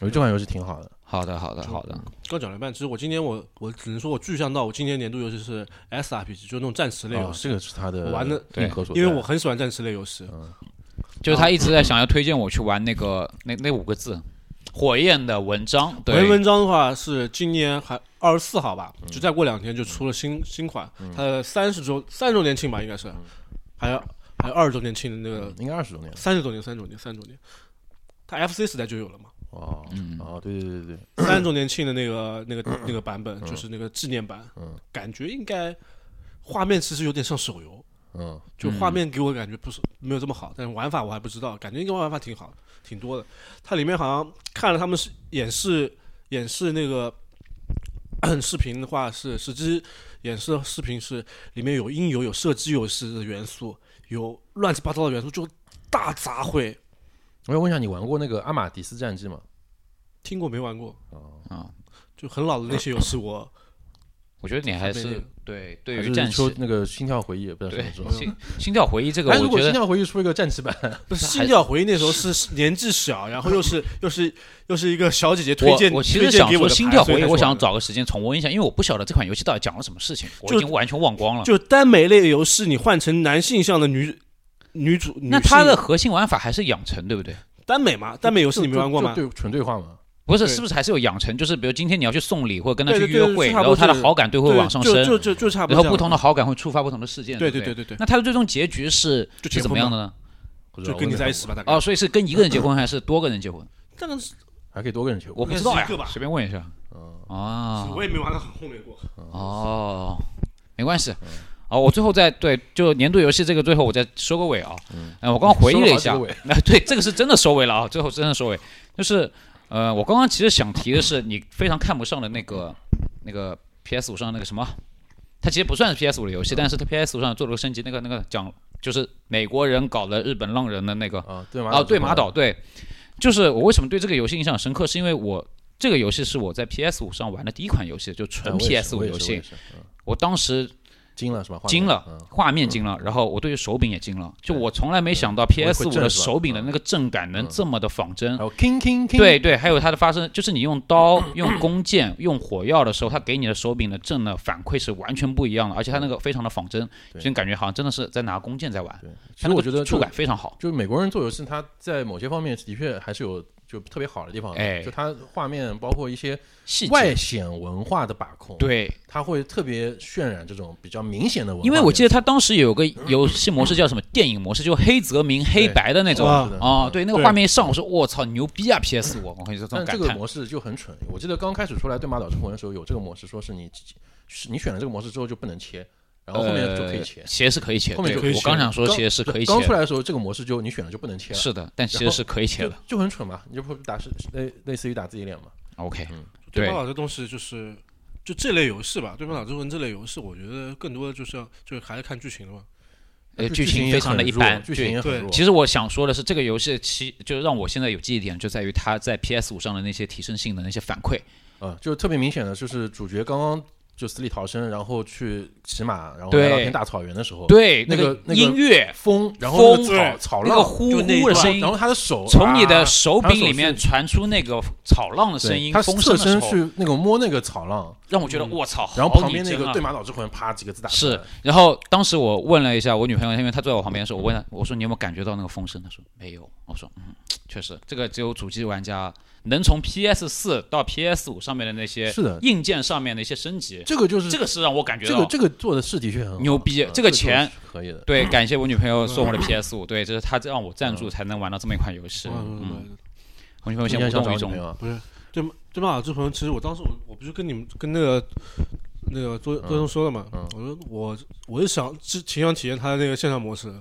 我觉得这款游戏挺好的。好的，好的，好的，刚讲了一半，其实我今年我我只能说我具象到我今年年度游戏是 SRPG，就那种战时类游哦，戏，这个是它的我玩的对硬核所在因为我很喜欢战时类游戏。就是他一直在想要推荐我去玩那个那那五个字，火焰的文章。对，文文章的话是今年还二十四号吧，就再过两天就出了新新款，它的三十周三周年庆吧，应该是，还有还有二十周年庆的那个嗯应该二十周年了。三十周年、三十周年、三十周年，它 FC 时代就有了嘛，哦，哦，对对对对对，三十周年庆的那个那个那个版本就是那个纪念版，感觉应该画面其实有点像手游，嗯，就画面给我感觉不是没有这么好，但是玩法我还不知道，感觉应该玩法挺好，挺多的。它里面好像看了他们是演示演示那个 视频的话是实际演示的视频是里面有音游有射击游戏的元素，有乱七八糟的元素，就大杂烩。我想问一下，你玩过那个阿玛迪斯战记吗？听过没玩过？啊，就很老的那些游戏我，我觉得你还还是是对对还于是战说士，那个心跳回忆，不知道对什么时候。心心跳回忆这个，哎，如我果觉心得跳回忆出一个战旗版，不是《心跳回忆》那时候是是年纪小，然后 又是又是又是一个小姐姐推荐，我我其推实荐想给我说的心牌跳所以回忆，才去我想玩的找个时间重温一下，因为我不晓得这款游戏到底讲了什么事情，我已就经完全忘光了。就耽美类游戏，你换成男性向的女女主，那女性它的核心玩法还是养成，对不对？耽美嘛，耽美游戏你没玩过吗？就就对，纯对话嘛。不是，对是不是还是有养成？就是比如今天你要去送礼，或者跟他对去对对约会，就差然不后多他的是好感对会对往上就升，就就就差不然多后这样。不同的好感会触发不同的事件，对对对对不对对那它的最终结局是就结是怎么婚样的嘛呢？不知道就跟你在一起吧，大概哦，。所以是跟一个人结婚还是多个人结婚？但是还可以多个人球。我不知道呀应该是一个，吧随便问一下。啊，我也没玩到后面过。哦，没关系。哦，我最后再对，就年度游戏这个，最后我再收个尾啊。嗯，我刚刚回忆了一下收了好几个， 那对这个是真的收尾了啊，最后真的收尾。就是呃，我刚刚其实想提的是，你非常看不上的那个那个 PS 五上的那个什么，它其实不算是 PS 五的游戏，但是它 PS 五上做了个升级，那个那个讲就是美国人搞的日本浪人的那个啊，对马哦，对马岛岛，对，就是我为什么对这个游戏印象深刻，是因为我这啊个游戏是我在 PS 五上玩的第一款游戏，就这纯个， PS 五五游戏。我当时嗯惊了是吧？画面惊了嗯，画面惊了，然后我对于手柄也惊了，就对我从来没想到也会 PS 五震的是吧手柄的那个震感能嗯这么的仿真还。有 king king king，对对，还有它的发生，就是你用刀、用弓箭、用火药的时候，它给你的手柄的震的反馈是完全不一样的，而且它那个非常的仿真，对就感觉好像真的是在拿弓箭在玩。对，其它实那个我觉得触就感非常好。就是美国人做游戏，他在某些方面的确还是有就特别好的地方的，哎就他画面包括一些细外节。显文化的把控，，对，他会特别渲染这种比较明显的文化元素，因为我记得他当时有个游戏模式叫什么电影模式，就黑泽明黑白的那种哇啊是的，哦对，那个对画面一上，我说我操牛逼啊！PS 五，我跟你说这种但这感个叹，模式就很蠢。我记得刚开始出来对马岛之魂的时候有这个模式，说是你是你选了这个模式之后就不能切，然后后面就可以切呃。鞋是可以切，后面对就可以我切刚想说刚鞋是可以切刚出的，来的时候，这个模式就你选了就不能切了，是的，但其然实后是可以切就的。就很蠢嘛，你就不打是类类似于打自己脸嘛。 OK，嗯对对方岛这东西就是就这类游戏吧，对方岛之魂这类游戏，我觉得更多的就是要就是还是看剧情了嘛。呃，就剧情也非常的很一弱般，剧情也很弱。其实我想说的是，这个游戏其就让我现在有记忆点，就在于它在 PS 五上的那些提升性的那些反馈，嗯，就特别明显的就是主角刚刚就死里逃生，然后去骑马，然后对来到片大草原的时候，对哦那个个那个音乐风，然后那风个草草那个浪，呼就那一呼的段声音然，后他的手从你的啊手他的柄手里面是传出那个草浪的声对音，他风声的时侧身候，去那个摸那个草浪，让我觉得我操，嗯然后好旁拟边那真个啊对马岛之魂，啪几个字打出是来，，然后当时我问了一下我女朋友，因为她坐在我旁边的时候，我问她，我说你有没有感觉到那个风声？她说没有。我说嗯，确实，这个只有主机玩家能从 PS 四到 PS 五上面的那些是的硬件上面的一些升级，这个就是这个是让我感觉这到个这个做的是的确很好牛逼嗯这个做钱得是可以的。对，感谢我女朋友送我嗯的 PS 五，对，这是她让我赞助才能玩到这么一款游戏。嗯，嗯，我女朋友我先想无动于找女朋衷。友啊不是对对方岛之魂，其实我当时我我不是跟你们跟那个。那个周周东说了嘛，嗯我说我我是想只挺想体验他的那个线上模式的，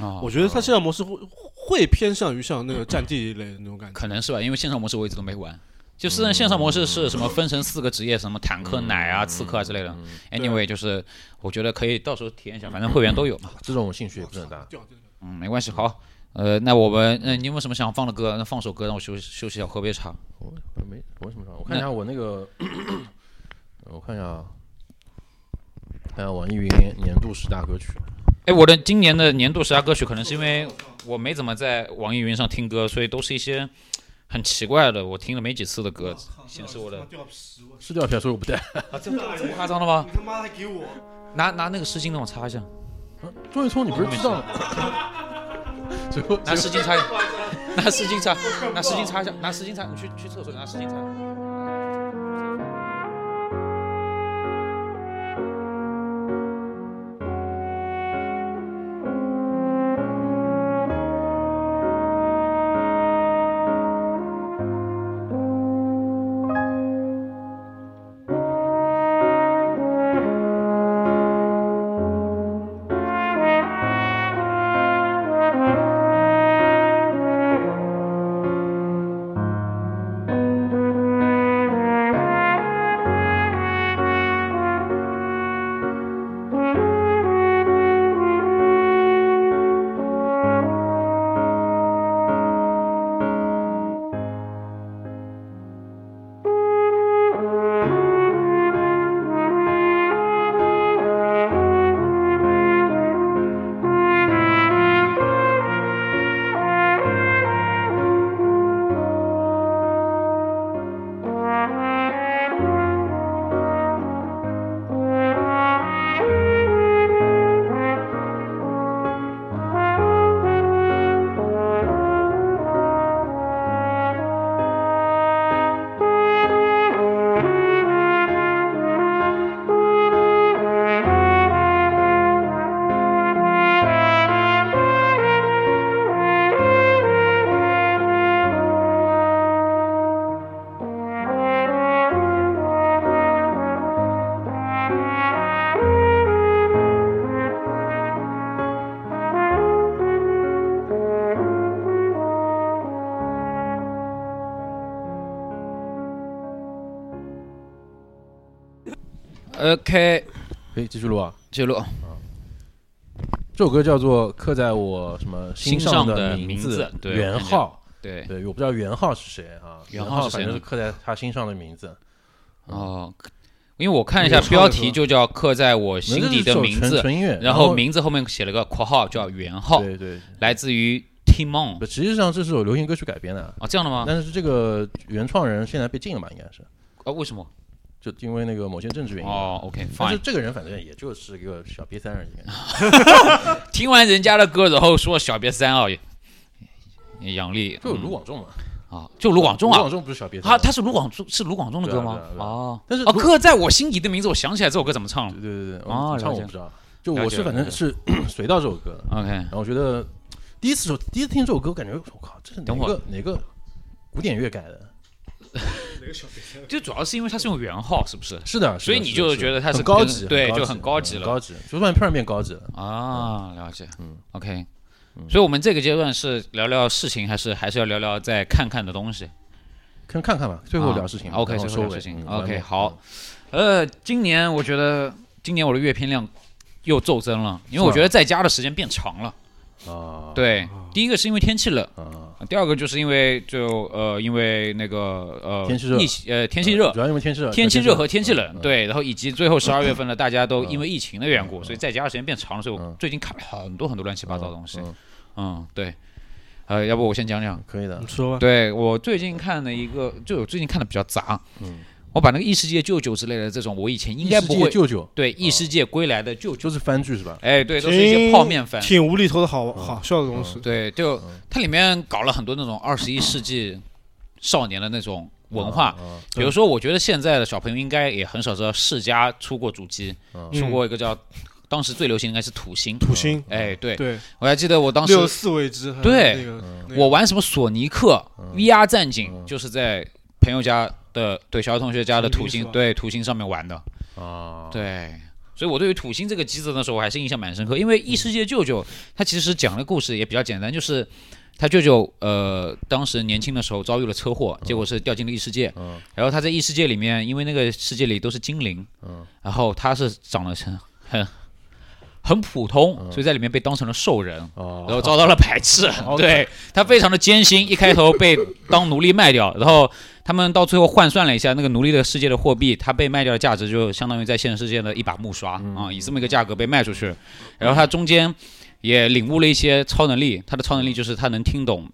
啊我，觉得它线上模式会会偏向于像那个战地一类的那种感觉。可能是吧，因为线上模式我一直都没玩。就是那线上模式是什么分成四个职业，什么坦克奶啊、刺客啊之类的。Anyway，就是我觉得可以到时候体验一下，反正会员都有嘛。这种兴趣也不是很大。掉掉嗯，没关系，好。呃，那我们，嗯、你有没有什么想放的歌？那放首歌，让我休息休息一下，喝杯茶。我我没我什么时候？我看一下我那个，我看一下啊，看一下网易云年年度十大歌曲。哎，我的今年的年度十大歌曲，可能是因为我没怎么在网易云上听歌，所以都是一些很奇怪的，我听了没几次的歌，显示我的掉皮，我是掉片，所以我不带。啊，这这么夸张的吗？他妈的给我！拿拿那个湿巾让我擦一下，钟嗯宇聪，你不是知道？最后拿最后湿巾擦一下，拿湿巾擦，拿湿巾擦一下，拿湿巾擦，你去去厕所拿湿巾擦。OK，可以继续录啊。记录这首歌叫做《刻在我什么心上上的名名字对我元看见浩。对对，我不知道元浩是谁啊。元元昊是谁反正呢是刻在他心上的名字。哦，因为我看了一下有超标的是题，吧就叫刻在我心底的名纯字，纯音乐，然后后名字后面写了个括号，叫元号，对对，来自于 Timon 不，实际上这是有流行歌曲改编的，啊，这样的吗？但是这个原创人现在被禁了吧？应该是，啊，为什么？就因为那个某些政治原因。哦，OK 但是 fine。嗯这个人反正也就是一个小 B 三而已，听完人家的歌，然后说小别三啊，也也杨笠就卢嗯广仲嘛。啊，就卢广仲卢啊广，仲不是小 B 三他吗，他是卢广仲是卢广仲的歌吗对啊？对啊对啊哦，但是哦，卢刻在我心底的名字，我想起来这首歌怎么唱了对。对对对，哦我了唱解我不知道，就了我解是反了正解是 随到这首歌的， OK，然后我觉得第一次首第一次听这首歌，我感觉我靠，这是哪等会儿个哪个古典乐改的？就主要是因为它是用元号，是不是？是的，所以是的你是的就是的觉得它是很高跟级，对很就很很高级了高级，就突然突然变高级了。啊，了解，嗯嗯，OK，所以我们这个阶段是聊聊事情，还是还是要聊聊再看看的东西？看看看吧，最后聊事情啊，OK，然后最后聊收尾事情嗯完，OK，美好，呃，今年我觉得今年我的阅片量又骤增了，因为我是吧觉得在家的时间变长了。啊，对，第一个是因为天气冷。啊，第二个就是因为就呃，因为那个呃，天气热疫情呃，天气热主，要因为天气热，天气热和天气冷，嗯，对，然后以及最后十二月份呢，大家都因为疫情的缘故，嗯所以在家的时间变长了，所以我嗯最近看了很多很多乱七七八糟的东西。嗯嗯，对，呃，要不我先讲讲。可以的你，说嗯吧，对我最近看的一个，就我最近看的比较杂，嗯，我把那个异世界舅舅之类的这种，我以前应该不异世界啊会。舅舅对，异世界归来的舅舅，就是番剧是吧？哎，对，都是一些泡面番。挺无厘头的好嗯好笑的东西。对，就嗯它里面搞了很多那种二十一世纪少年的那种文化，啊比如说，我觉得现在的小朋友应该也很少知道世嘉出过主机，嗯出过一个叫当时最流行应该是土星。土星，哎，对，对，我还记得我当时六十四位之，还有对嗯那个那个我玩什么索尼克、VR 嗯战警，就是在朋友家的对小学同学家的土是星吧对土星上面玩的，啊，对。所以我对于土星这个机子那时候我还是印象蛮深刻，因为《异世界舅舅》他其实讲的故事也比较简单，就是他舅舅呃当时年轻的时候遭遇了车祸，结果是掉进了异世界，嗯然后他在异世界里面，因为那个世界里都是精灵，嗯然后他是长得很很很普通，嗯所以在里面被当成了兽人，然哦，后遭到了排 斥。对他非常的艰辛，一开头被当奴隶卖掉，然后他们到最后换算了一下那个奴隶的世界的货币，他被卖掉的价值就相当于在现实世界的一把木刷、嗯啊，以这么一个价格被卖出去。然后他中间也领悟了一些超能力，他的超能力就是他能听懂。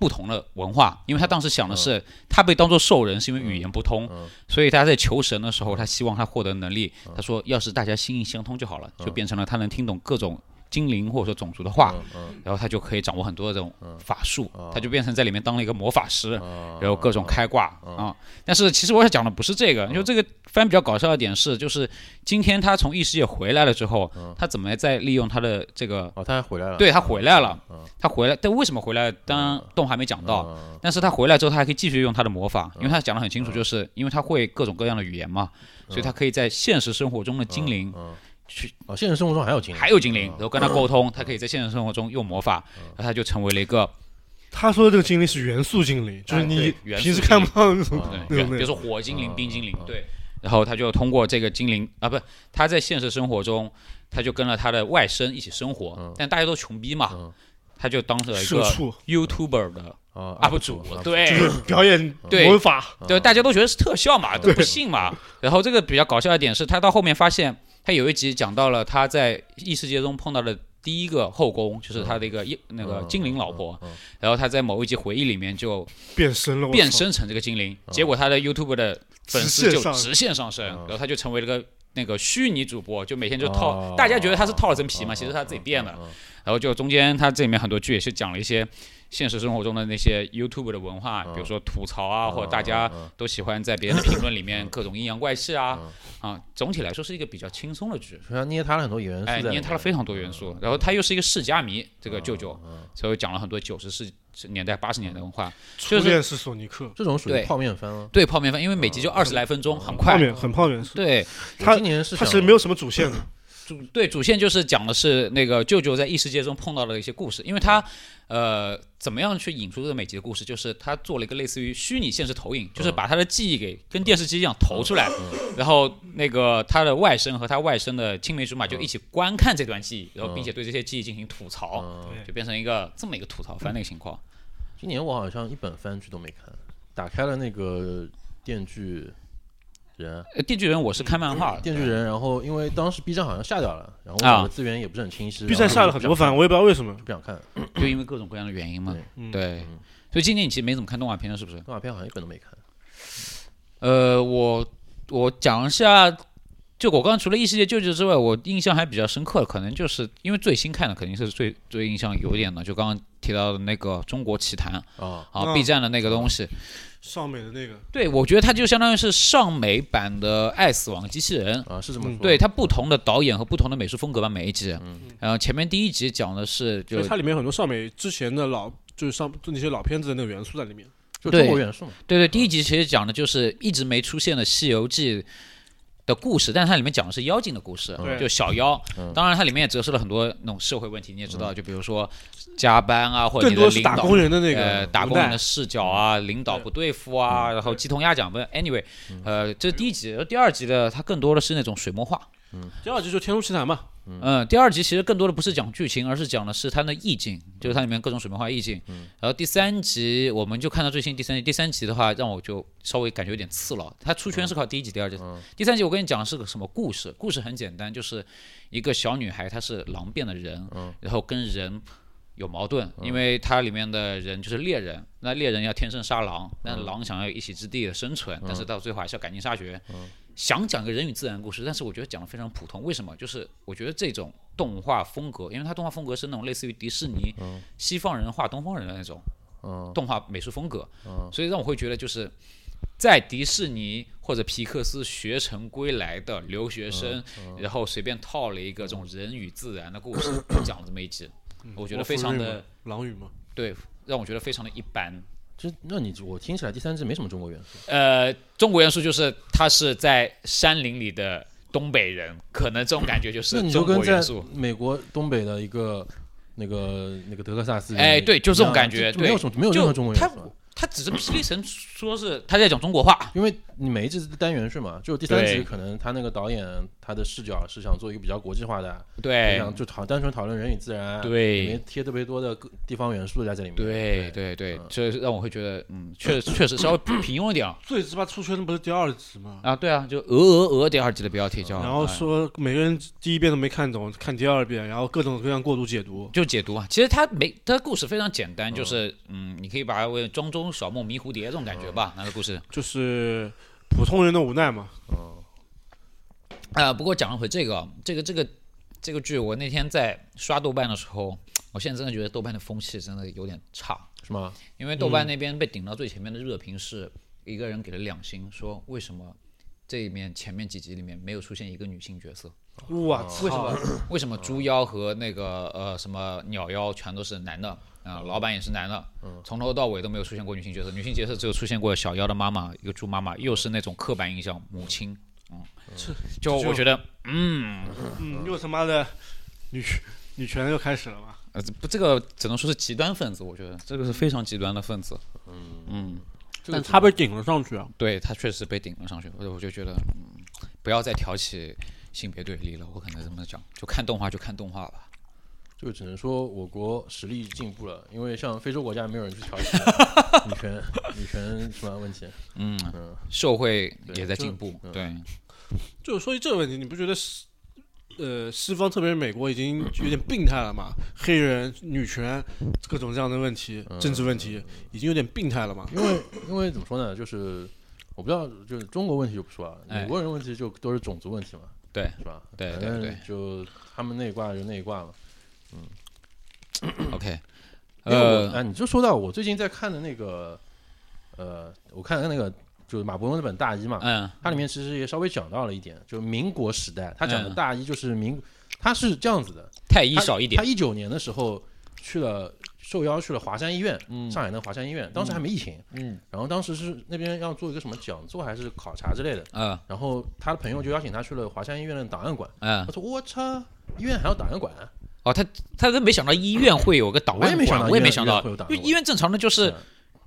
不同的文化，因为他当时想的是，他被当做兽人是因为语言不通，嗯所以他在求神的时候，他希望他获得能力。他说，要是大家心意相通就好了，就变成了他能听懂各种精灵或者说种族的话。嗯嗯然后他就可以掌握很多这种法术，哦他就变成在里面当了一个魔法师，啊啊然后各种开挂啊、但是其实我想讲的不是这个，就这个番比较搞笑的点是，就是今天他从异世界回来了之后，啊他怎么再利用他的这个，哦，他还回来了，对他回来了嗯，他回来，但为什么回来？当啊然动画还没讲到。嗯，但是他回来之后，他还可以继续用他的魔啊法，因为他讲的很清楚，就是因为他会各种各样的语言嘛，所以他可以在现实生活中的精灵嗯，去哦，现实生活中还有精啊灵，还有精灵，然后跟他沟啊通，他可以在现实生活中用魔法，然后他就成为了一个他说的这个精灵是元素精灵，就是哎你对元素平时看不到那种精灵那对，种比那如种。说火精灵、嗯冰精灵嗯，对。然后他就通过这个精灵啊，不，他在现实生活中，他就跟了他的外甥一起生活嗯，但大家都穷逼嘛嗯，他就当了一社个畜 YouTuber 的啊嗯啊 UP 主，就对是表演对魔法，对，大家都觉得是特效嘛，都不信嘛。然后这个比较搞笑的点是，他到后面发现，他有一集讲到了他在异世界中碰到的第一个后宫，就是他的嗯一个一那个精灵老婆，然后他在某一集回忆里面就变身了，我操啊变身成这个精灵，结果他的 YouTube 的粉丝直就线上升啊直线上升，嗯然后他就成为了个那个虚拟主播，就每天就哦套，大家觉得他是套了层啊皮嘛，其实他自己变的。然后就中间他这里面很多剧也是讲了一些现实生活中的那些 YouTube 的文化，嗯比如说吐槽啊，嗯或者大家嗯嗯都喜欢在别人的评论里 面各种阴阳怪气啊啊。总体来说是一个比较轻松的剧，好像捏他了很多元素在哎，里面，捏他了非常多元素。啊然后他又是一个世家迷，这个舅舅，所以讲了很多九十世年代、八十年代文化。初恋是索尼克，这种属于对泡面番啊吗？对泡面番，因为每集就二十来分钟，很泡快。面很泡面，对，他我今年是他想其实没有什么主线的，主对主线就是讲的是那个舅舅在异世界中碰到的一些故事，因为他呃怎么样去引出这个每集的故事，就是他做了一个类似于虚拟现实投影，就是把他的记忆给跟电视机一样投出来，然后那个他的外甥和他外甥的青梅竹马就一起观看这段记忆，然后并且对这些记忆进行吐槽，嗯对就变成一个这么一个吐槽番的一个情况。今年我好像一本番剧都没看，打开了那个电锯人，呃电锯人我是看漫画的，电锯人。然后因为当时 B 站好像下掉了，然后啊我的资源也不是很清晰。 B 站下了很多番，我也不知道为什么。就不想看，就因为各种各样的原因嘛对。嗯对，所以今年你其实没怎么看动画片了，是不是？动画片好像一本都没看。呃，我我讲一下，就我刚刚除了异世界舅舅之外，我印象还比较深刻的，可能就是因为最新看的肯定是最最印象有一点的，就刚刚提到的那个中国奇谭啊，啊、嗯 b 站的那个东西。上美的那个，对，我觉得它就相当于是上美版的《爱死亡机器嗯人》。啊，是这么说。对，它不同的导演和不同的美术风格吧，每一集。然后前面第一集讲的是就就嗯它里面有很多上美之前的老，就是上就那些老片子的那个元素在里面。就对中国元素嘛。对对，第一集其实讲的就是一直没出现的《西游记》的故事，但是它里面讲的是妖精的故事，对就小妖。当然，它里面也折射了很多那种社会问题，你也知道，就比如说加班啊，或者更你的多是领打导工。人的那个、呃，打工人的视角啊，领导不对付啊，然后鸡同鸭讲不，anyway，呃，这是第一集，而第二集的它更多的是那种水墨画，第二集就《天书奇谭》嘛，嗯，第二集其实更多的不是讲剧情，而是讲的是它的意境，就是它里面各种水墨画意境。然后第三集我们就看到最新第三集，第三集的话让我就稍微感觉有点次了。它出圈是靠第一集、第二集，第三集我跟你讲是个什么故事？故事很简单，就是一个小女孩她是狼变的人，然后跟人有矛盾，因为它里面的人就是猎人，那猎人要天生杀狼，但是狼想要一席之地的生存，但是到最后还是要赶尽杀绝。想讲个人与自然故事，但是我觉得讲的非常普通。为什么？就是我觉得这种动画风格，因为它动画风格是那种类似于迪士尼西方人画东方人的那种嗯动画美术风格，所以让我会觉得就是在迪士尼或者皮克斯学成归来的留学生，然后随便套了一个这种人与自然的故事，就讲了这么一集，嗯我觉得非常的狼语嘛。对，让我觉得非常的一般。这那你我听起来第三季没什么中国元素。呃，中国元素就是他是在山林里的东北人，可能这种感觉就那是你就中跟国在元素。美国东北的一个那个那个德克萨斯人一样，哎，对，就这种感觉，就没有对什么没有任就何中国元他素啊，他只是霹雳神说是他在讲中国话，因为你每一季是单元是嘛，就第三集对可能他那个导演他的视角是想做一个比较国际化的，对想就讨单纯讨论人与自然，哎对里面贴特别多的各地方元素在这里面，对对嗯对，这让我会觉得，嗯，确确实稍微平庸一点 啊最鸡巴出圈的不是第二集嘛？啊，对啊，就鹅鹅鹅第二季的标题叫，然后哎说每个人第一遍都没看懂，看第二遍，然后各种各样过度解读。就解读啊，其实它没它的故事非常简单，就是嗯，你可以把它为庄周小梦迷蝴蝶这种感觉吧，那个故事。就是普通人的无奈嘛。啊，不过讲回这个，这个这个这个剧，我那天在刷豆瓣的时候，我现在真的觉得豆瓣的风气真的有点差，是吗？因为豆瓣那边被顶到最前面的热评是一个人给了两星，说为什么这里面前面几集里面没有出现一个女性角色，哇，为什么？哦为什么猪妖和那个呃什么鸟妖全都是男的啊、老板也是男的，从头到尾都没有出现过女性角色，女性角色只有出现过小妖的妈妈，一个猪妈妈，又是那种刻板印象母亲，嗯，就我觉得嗯，又他妈的女女权又开始了嘛？呃，这不，这个只能说是极端分子，我觉得这个是非常极端的分子。但他被顶了上去啊！对他确实被顶了上去，我就我就觉得，嗯，不要再挑起性别对立了。我可能这么讲，就看动画就看动画吧。就只能说我国实力进步了，因为像非洲国家没有人去挑起 女权女权什么问题，社会也在进步，嗯对， 就是说起这个问题，你不觉得西呃西方特别是美国已经有点病态了嘛？黑人、女权各种这样的问题、嗯政治问题已经有点病态了嘛？因为因为怎么说呢，就是我不知道，就是中国问题就不说了，哎美国人问题就都是种族问题嘛，对是吧？对反对正对就他们那一挂就那一挂嘛。 ，OK， 因为我呃，啊，你就说到我最近在看的那个，呃，我看的那个就是马伯庸那本《大一》嘛，嗯，它里面其实也稍微讲到了一点，就是民国时代，他讲的嗯大一就是民，他是这样子的，太医他少一点他，一九年的时候去了受邀去了华山医院，上海的华山医院，当时还没疫情，嗯，然后当时是那边要做一个什么讲座还是考察之类的，嗯然后他的朋友就邀请他去了华山医院的档案馆。嗯他，说：“我操，医院还有档案馆？啊哦，他他都没想到医院会有个档我也案没想馆，到我也医没院想医院到会有档，因为案医院正常的就是是啊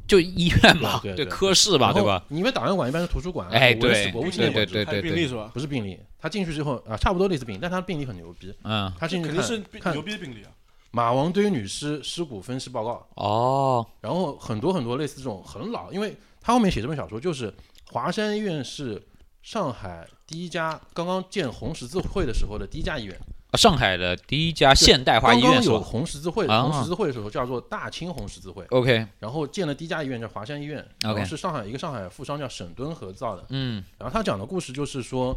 就医院嘛，对对对对科室嘛，对吧？？你们档案馆一般是图书馆啊、哎，文史对，博物对纪念对馆之对类的，还有对病例对，是吧？不是病例。他进去之后啊，差不多类似病，但他的病例很牛逼。嗯，他进去肯定看是病看牛逼的病例啊！马王堆女尸尸骨分尸报告，哦，然后很多很多类似这种很老，因为他后面写这本小说就是华山医院是上海第一家刚刚建红十字会的时候的第一家医院，啊上海的第一家现代化刚医院刚是有吧红十字会，啊红十字会的时候叫做大清红十字会， ？OK，然后建了第一家医院叫华山医院，然后啊 OK 是上海一个上海富商叫沈敦和造的。嗯然后他讲的故事就是说，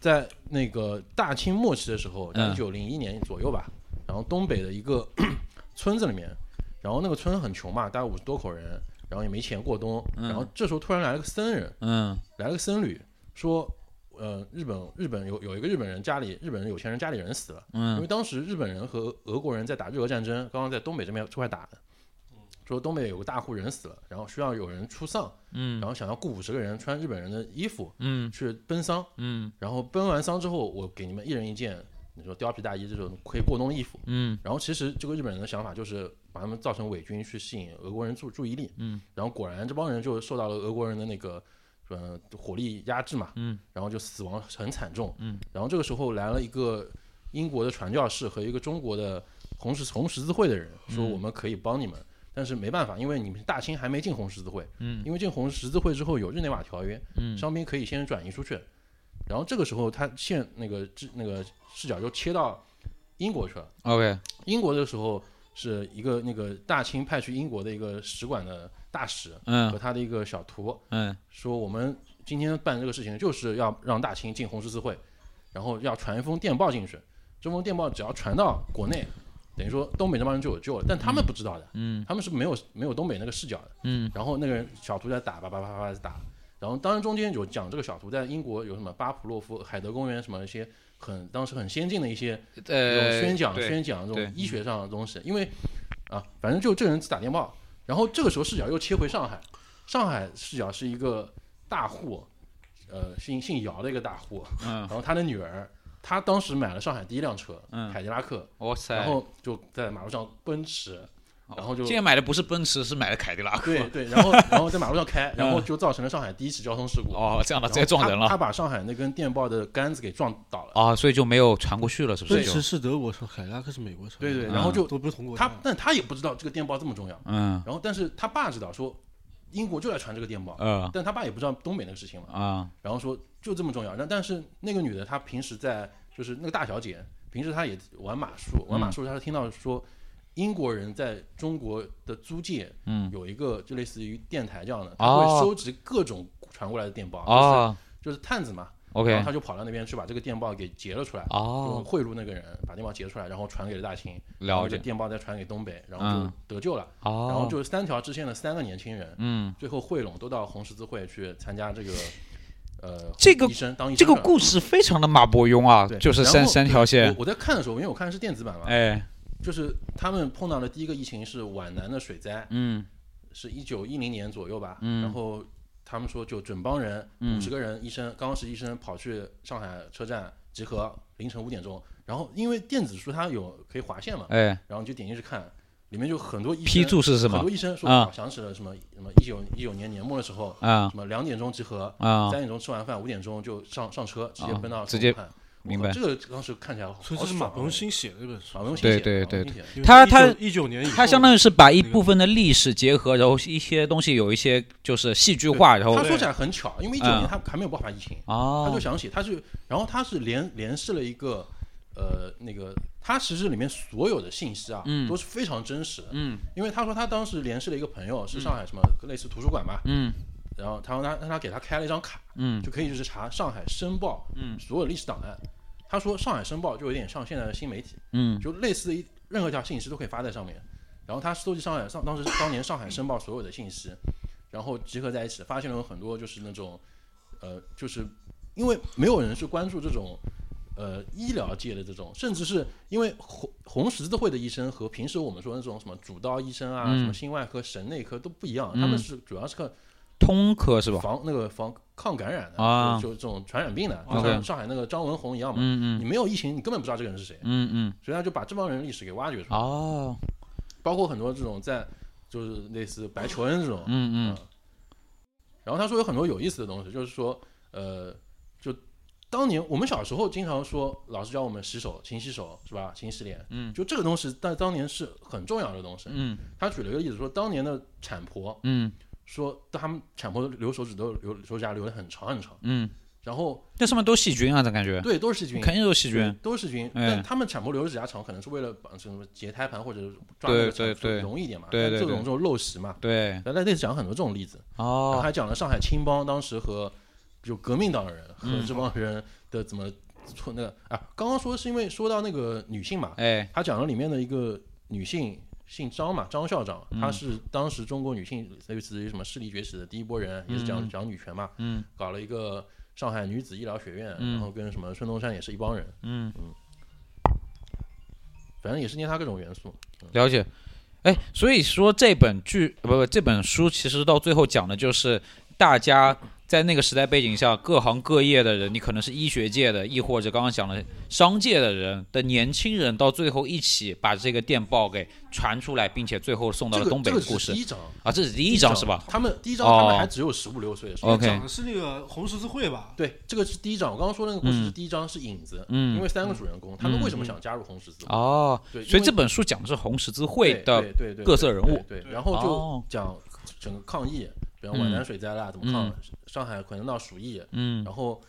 在那个大清末期的时候，嗯一九零一年左右吧，然后东北的一个 村子里面，然后那个村很穷嘛，大概五十多口人，然后也没钱过冬，然后这时候突然来了个僧人，嗯来了个僧侣，说，呃，日本日本有有一个日本人家里日本人有钱人家里人死了，因嗯为当时日本人和俄国人在打日俄战争，刚刚在东北这边这块打的，说东北有个大户人死了，然后需要有人出丧，嗯然后想要雇五十个人穿日本人的衣服嗯去奔丧，嗯然后奔完丧之后，我给你们一人一件，你说貂皮大衣这种可以过冬的衣服。嗯然后其实这个日本人的想法就是把他们造成伪军，去吸引俄国人注注意力。嗯，然后果然这帮人就受到了俄国人的那个呃火力压制嘛。嗯，然后就死亡很惨重。嗯，然后这个时候来了一个英国的传教士和一个中国的红十红十字会的人，嗯说我们可以帮你们。但是没办法，因为你们大清还没进红十字会，嗯，因为进红十字会之后有日内瓦条约，嗯伤兵可以先转移出去，然后这个时候他现那个视那个视角就切到英国去了， ，OK，英国的时候是一个那个大清派去英国的一个使馆的大使和嗯他的一个小徒，嗯说我们今天办这个事情就是要让大清进红十字会，然后要传一封电报进去，这封电报只要传到国内，等于说东北那帮人就有救了，但他们不知道的，嗯他们是没有没有东北那个视角的。嗯然后那个人小图在打，叭叭叭叭叭在打。然后当然中间有讲这个小图在英国有什么巴甫洛夫海德公园什么一些很当时很先进的一些这种呃，宣讲、对宣讲这对种医学上的东西，因为啊，反正就这个人打电报，然后这个时候视角又切回上海，上海视角是一个大户，呃，姓姓姚的一个大户，嗯然，后他的女儿，她当时买了上海第一辆车，嗯凯迪拉克，哇塞，然后就在马路上奔驰，哦然后就今天买的不是奔驰，是买的凯迪拉克。对对， 然后然后在马路上开，然后就造成了上海第一起交通事故，嗯哦， 这样的然直后接撞人他他了把上海那根电报的杆子给撞倒了，啊，所以就没有传过去了，是不奔是就驰？是德国车，凯迪拉克是美国车，对对，嗯然后就啊都不是同国啊他，但他也不知道这个电报这么重要，嗯然后但是他爸知道说英国就在传这个电报，呃但他爸也不知道东北那个事情嘛，啊然后说就这么重要，但但是那个女的她平时在就是那个大小姐，平时她也玩马术，玩嗯马术她是听到说。英国人在中国的租界，嗯有一个就类似于电台这样的，他会哦收集各种传过来的电报，就是啊就是探子嘛，然，OK 后他就跑到那边去把这个电报给截了出来，就哦，贿赂那个人，把电报截出来，然后传给了大清，然后了这解个电报再传给东北，然后嗯就得救了，哦，然后就是三条支线的三个年轻人，嗯，最后汇拢都到红十字会去参加这个，呃，这个医生当医这个生去了故事非常的马伯庸啊，对就是然三后三条我线，我在看的时候，因为我看的是电子版嘛，哎，就是他们碰到的第一个疫情是皖南的水灾，嗯是一九一零年左右吧，嗯然后他们说就整帮人嗯五十个人，医生刚刚是医生跑去上海车站集合，凌晨五点钟，然后因为电子书它有可以划线嘛，哎，然后你就点进去看，里面就很多医生批注是什很么多医生说啊我想起了什么什么一九一九年年末的时候，啊什么两点钟集合，啊三点钟吃完饭，五点钟就上上车，直接啊奔到直接武汉我明靠白这个当时看起来好所以这是爽马啊伯庸新写的一本书马，伯庸对写的对马对伯庸写的他他一九年以后，它相当于是把一部分的历史结合，然后一些东西有一些就是戏剧化，然后啊他说起来很巧，因为一九年他还没有爆发疫情，他就哦，想写，他是，然后他是连连试了一个，呃，那个他其实里面所有的信息啊，嗯都是非常真实的，嗯因为他说他当时联系了一个朋友，是上海什么类似图书馆吧，嗯然后他让他让他给他开了一张卡，嗯就可以就是查上海申报，嗯所有历史档案。他说上海申报就有点像现在的新媒体，嗯就类似的一任何一条信息都可以发在上面。然后他搜集上海上当时当年上海申报所有的信息，然后集合在一起，发现了有很多就是那种，呃，就是因为没有人去关注这种，呃，医疗界的这种，甚至是因为红红十字会的医生和平时我们说那种什么主刀医生啊，嗯什么心外科、神内科都不一样，他们是主要是个通科是吧？防那个防抗感染的，啊就就这种传染病的，就 OK 像上海那个张文宏一样嘛，嗯你嗯没有疫情，你根本不知道这个人是谁，嗯嗯，所以他就把这帮人的历史给挖掘出来。哦，包括很多这种在就是类似白求恩这种，啊嗯嗯然后他说有很多有意思的东西，就是说，呃，就当年我们小时候经常说，老师教我们洗手、勤洗手，是吧？勤洗脸，嗯就这个东西在当年是很重要的东西。嗯他举了一个例子说，当年的产婆嗯说，他们产婆留手指都留手指甲留得很长很长，嗯然后那上面都细菌啊，咱感觉对，都是细菌，肯定都是细菌对。都是细菌。哎但他们产不留指甲长，可能是为了绑什么截胎盘或者抓对那个长对对容易一点嘛。对但对这种对这种陋习嘛，对，那类似讲了很多这种例子，然后哦，还讲了上海青帮当时和就革命党人和嗯这帮人的怎么错那个啊，刚刚说是因为说到那个女性嘛，哎，他讲了里面的一个女性，姓张嘛，张校长，嗯她是当时中国女性类似于什么势力崛起的第一波人，也是讲嗯讲女权嘛，嗯搞了一个上海女子医疗学院，嗯然后跟什么孙中山也是一帮人，嗯，反正也是捏他各种元素。了解。哎，所以说这本剧不不这本书其实到最后讲的就是大家在那个时代背景下，各行各业的人，你可能是医学界的，亦或者刚刚讲的商界的人的年轻人，到最后一起把这个电报给传出来，并且最后送到了这个东北这个的只故是事第一章，啊，这是第一章是吧？他们第一章哦他们还只有十五六岁的时候。 OK 讲的是那个红十字会吧？对，这个是第一章。我刚刚说那个故事嗯是第一章是引子，嗯因为三个主人公他们为什么想加入红十字会？哦，对，因所以为这本书讲的是红十字会的对对对对各色人物对，对然后哦就讲整个抗议，比方皖南水灾啦，怎么抗，上海可能闹鼠疫，嗯，然后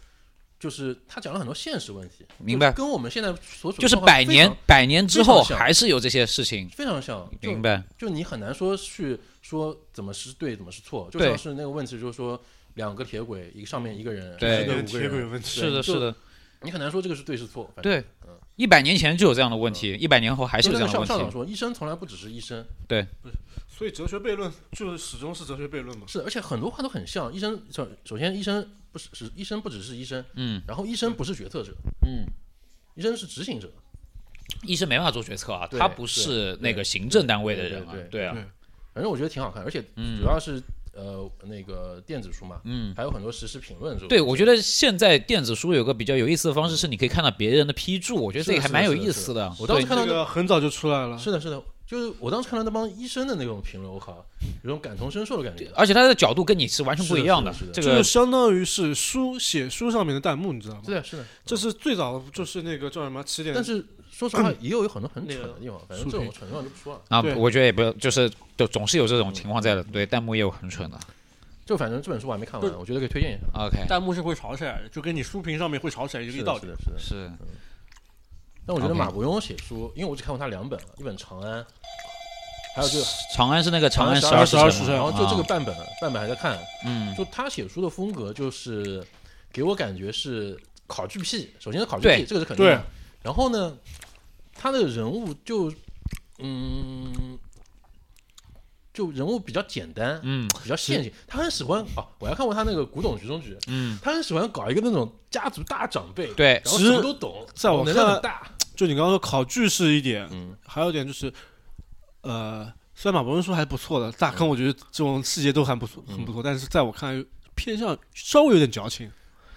就是他讲了很多现实问题，明白就是跟我们现在所处就是状况百非年常百年之非后常像还是有这些事情，非常像，就明白？就你很难说去说怎么是对，怎么是错，就对像是那个问题，就是说两个铁轨，一个上面一个人，对一个那五个个铁轨人，问题。是的，就是的，你很难说这个是对是错，反正。对嗯。一百年前就有这样的问题，一百年后还是就有那这个样的校校问题。长说，医生从来不只是医生，所以哲学悖论就是始终是哲学悖论嘛。是，而且很多话都很像。医生首首先，医生不是是医生不只是医生，嗯，然后医生不是决策者，嗯，医生是执行者，医生没办法做决策啊，对他不是那个行政单位的人啊对对，对啊，反正我觉得挺好看，而且主要是、呃那个电子书嘛，嗯。还有很多实时评论是吧？对，我觉得现在电子书有个比较有意思的方式，是你可以看到别人的批注，我觉得这个还蛮有意思的。我当时对看到这那个很早就出来了，是的，是的，就是我当时看到那帮医生的那种评论，我靠，有种感同身受的感觉。而且他的角度跟你是完全不一样是的这是这就个相当于是书写书上面的弹幕，你知道吗是？啊的，是的，这是最早就是那个叫什么起点，但是说实话，也有很多很那蠢个的地方，反正竖这种屏蠢的地方就不说了。啊，对我觉得也不要，就是就总是有这嗯种情况在的。对，弹幕也有很蠢的。就反正这本书我还没看不完，我觉得可以推荐一下。 OK，弹幕是会吵起来的，就跟你书评上面会吵起来一是个的道是理。的，是的。是但我觉得 OK 马伯庸写书，因为我只看过他两本了，一本《长安》，还有就《长安是那个长安十二十二时辰》，然后就这个半本，半本还在看。嗯，就他写书的风格，就是给我感觉是考据癖。首先是考据对癖，这个是肯定的对。然后呢，他的人物就嗯，就人物比较简单，嗯比较陷阱。他很喜欢哦，我还看过他那个《古董局中局》，嗯，他很喜欢搞一个那种家族大长辈，，对，然后其什实么都懂，在我能量很看大，就你刚刚说考据是一点，嗯还有一点就是，呃，虽然马伯庸说还不错的，大坑嗯我觉得这种细节都还不错，很不错，但是在我看来偏向稍微有点矫情。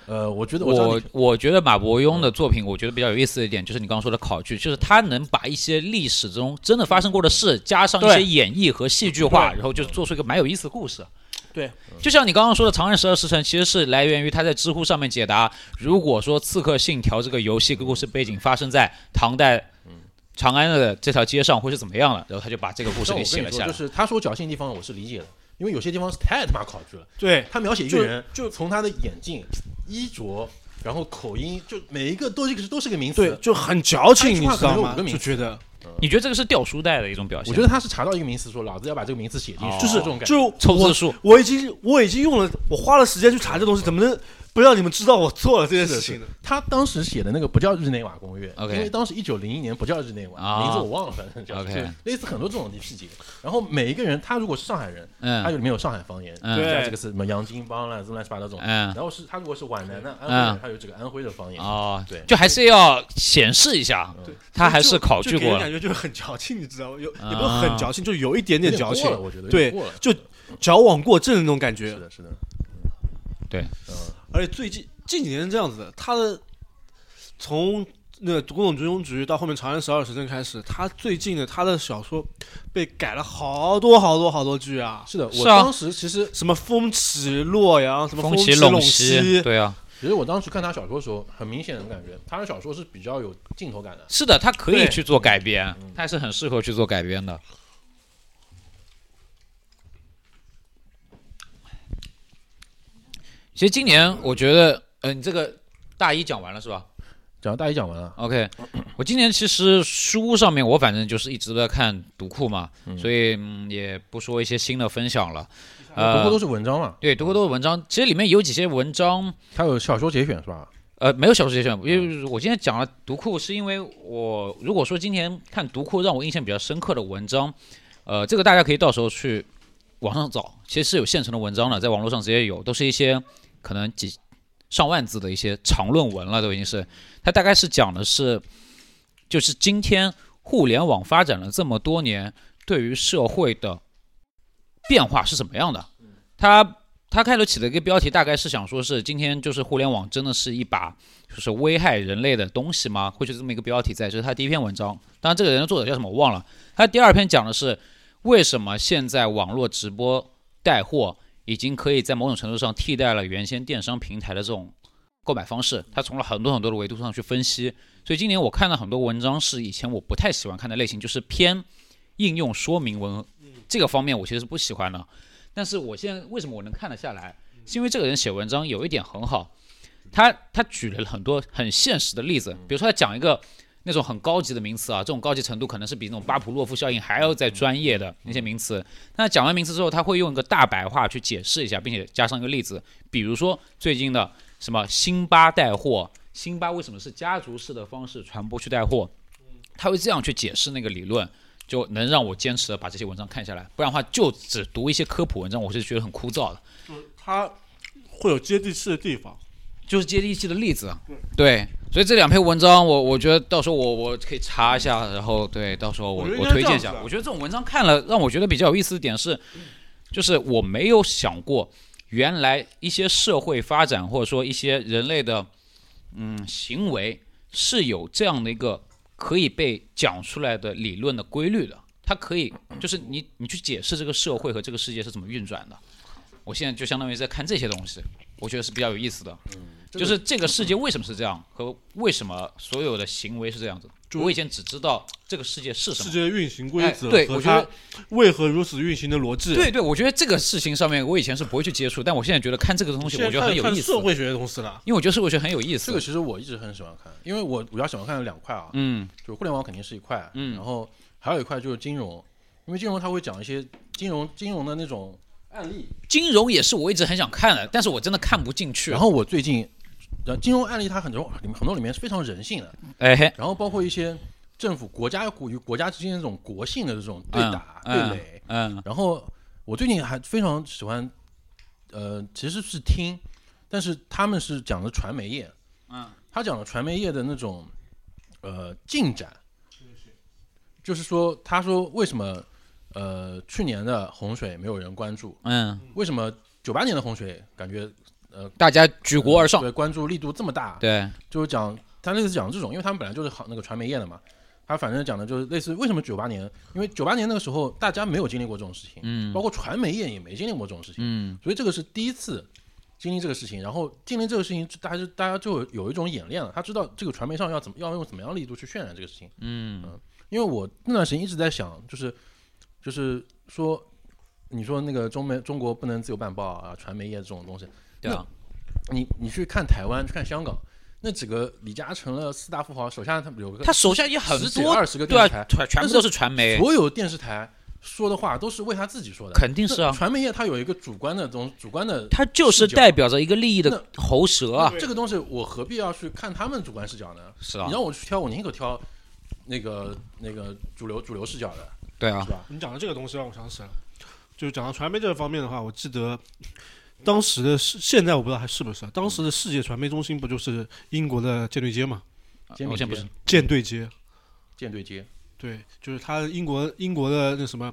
呃，我觉得我知道我你我觉得马伯庸的作品，我觉得比较有意思的一点就是你刚刚说的考据，就是他能把一些历史中真的发生过的事，加上一些对演绎和戏剧化，对然后就做出一个蛮有意思的故事。对，就像你刚刚说的《长安十二时辰》，其实是来源于他在知乎上面解答，如果说《刺客信条》这个游戏故事背景发生在唐代长安的这条街上，会是怎么样的，然后他就把这个故事但给我写跟了你下说，来就。是他说矫情的地方，我是理解的，因为有些地方是太 他妈考据了。对，他描写一个就人，就从他的眼镜、衣着，然后口音，就每一个都是一个都是个名词。对，就很矫情，他一你句话知可能道有吗五个？名就觉得你觉得这个是掉书袋的一种表现？我觉得他是查到一个名词，说老子要把这个名词写进去，就是这种感觉。就凑字我数我已经我已经用了，我花了时间去查这东西，怎么能不让你们知道我做了这件是事的情是呢的？，他当时写的那个不叫日内瓦公约 OK 因为当时一九零一年不叫日内瓦，啊名字我忘了，反正叫 OK 就类似很多这种细节。然后每一个人，他如果是上海人，嗯他就里面有上海方言，嗯加对这个是什么洋泾浜啦，什么乱七啊八糟这种。嗯然后是他如果是皖南的安徽人嗯，他有这个安徽的方言。哦，对就还是要显示一下，他还是考据就给过了人感。觉就是很矫情，你知道吗？有啊也不是很矫情，就有一点点矫情有点过了我觉得有，对点过了，就矫枉过正的那种感觉是。的，是的，对，嗯，而且最近近几年是这样子的，他的从那个《古董局中局》到后面《长安十二时辰》开始，他最近的他的小说被改了好多好多好多句啊，是的。是我啊当时其实什么风起洛阳，什么风起起陇陇西，对啊，其实我当时看他小说的时候，很明显能感觉他的小说是比较有镜头感的。是的，他可以对去做改编，他还是很适合去做改编的。其实今年我觉得呃，你这个大一讲完了是吧讲大一讲完啊了， ？OK，我今年其实书上面我反正就是一直都在看读库嘛，所以、嗯也不说一些新的分享了。不呃过，都是文章嘛，对，读过多的文章，其实里面有几些文章，它有小说节选是吧？呃，没有小说节选，因为我今天讲了读库，是因为我如果说今天看读库让我印象比较深刻的文章，呃，这个大家可以到时候去网上找，其实是有现成的文章的，在网络上直接有，都是一些可能几上万字的一些长论文了，都已经是。它大概是讲的是，就是今天互联网发展了这么多年，对于社会的变化是怎么样的？它它开头起的一个标题大概是想说是今天就是互联网真的是一把就是危害人类的东西吗？会是这么一个标题在，这是他第一篇文章。当然，这个人的作者叫什么我忘了。他第二篇讲的是为什么现在网络直播带货已经可以在某种程度上替代了原先电商平台的这种购买方式。他从了很多很多的维度上去分析。所以今年我看了很多文章，是以前我不太喜欢看的类型，就是偏应用说明文这个方面，我其实是不喜欢的。但是我现在为什么我能看得下来，是因为这个人写文章有一点很好，他他举了很多很现实的例子，比如说他讲一个那种很高级的名词啊，这种高级程度可能是比那种巴甫洛夫效应还要再专业的那些名词。那讲完名词之后，他会用一个大白话去解释一下，并且加上一个例子，比如说最近的什么辛巴带货，辛巴为什么是家族式的方式传播去带货，他会这样去解释那个理论。就能让我坚持的把这些文章看下来，不然的话就只读一些科普文章，我是觉得很枯燥的。它会有接地气的地方。就是接地气的例子。啊对，所以这两篇文章我，我觉得到时候我我可以查一下，然后对，到时候我我觉得应我该推这荐一样子下啊。我觉得这种文章看了，让我觉得比较有意思的点是，就是我没有想过，原来一些社会发展或者说一些人类的嗯行为是有这样的一个可以被讲出来的理论的规律的。它可以，就是你你去解释这个社会和这个世界是怎么运转的。我现在就相当于在看这些东西，我觉得是比较有意思的。嗯就是这个世界为什么是这样，和为什么所有的行为是这样子。我以前只知道这个世界是什世么。界运行规则哎对和我觉得它为何如此运行的逻辑，对对，我觉得这个事情上面，我以前是不会去接触，但我现在觉得看这个东西，现在我觉得开很始有看意思社，会学的东西了。因为我觉得社会学很有意这思个。其实我一直很喜欢看，因为我主要喜欢看两块啊，嗯就互联网肯定是一块，嗯然后还有一块就是金融，因为金融它会讲一些金融金融的那种案例，金融也是我一直很想看的，但是我真的看不进去。然后我最近，然后金融案例它很多里面很多里面是非常人性的，哎嘿，然后包括一些政府国家与国家之间的这种国性的这种对打、嗯对垒，嗯嗯然后我最近还非常喜欢，呃，其实是听，但是他们是讲的传媒业，嗯，他讲的传媒业的那种呃进展，就是说，他说为什么呃去年的洪水没有人关注，嗯，为什么九八年的洪水感觉大家举国而上。对关注力度这么大？对，就是讲他类似讲这种，因为他们本来就是行那个传媒业的嘛。他反正讲的就是类似为什么九八年，因为九八年那个时候大家没有经历过这种事情，嗯包括传媒业也没经历过这种事情，嗯所以这个是第一次经历这个事情。然后经历这个事情，大家就大家就有有一种演练了，他知道这个传媒上要怎么要用怎么样力度去渲染这个事情。嗯因为我那段时间一直在想，就是就是说，你说那个中媒中国不能自由办报啊，传媒业这种东西，对啊，你你去看台湾，去看香港，那几个李嘉诚了四大富豪手下，他们有个他手下也很十几多，二十个对电啊视台，，全全部都是传媒，所有电视台说的话都是为他自己说的，肯定是那啊，传媒业它有一个主观的东，主观的他就是视角代表着一个利益的喉舌啊。这个东西，我何必要去看他们主观视角呢？是啊你，让我去挑，我宁可挑那个那个主流主流视角的，对啊是，吧？你讲到这个东西让我想起来了，就讲到传媒这方面的话，我记得当时的世，现在我不知道还是不是，啊当时的世界传媒中心不就是英国的舰队街嘛？肩啊我并先肩不是舰队街，舰对接，对，就是他英国英国的那什么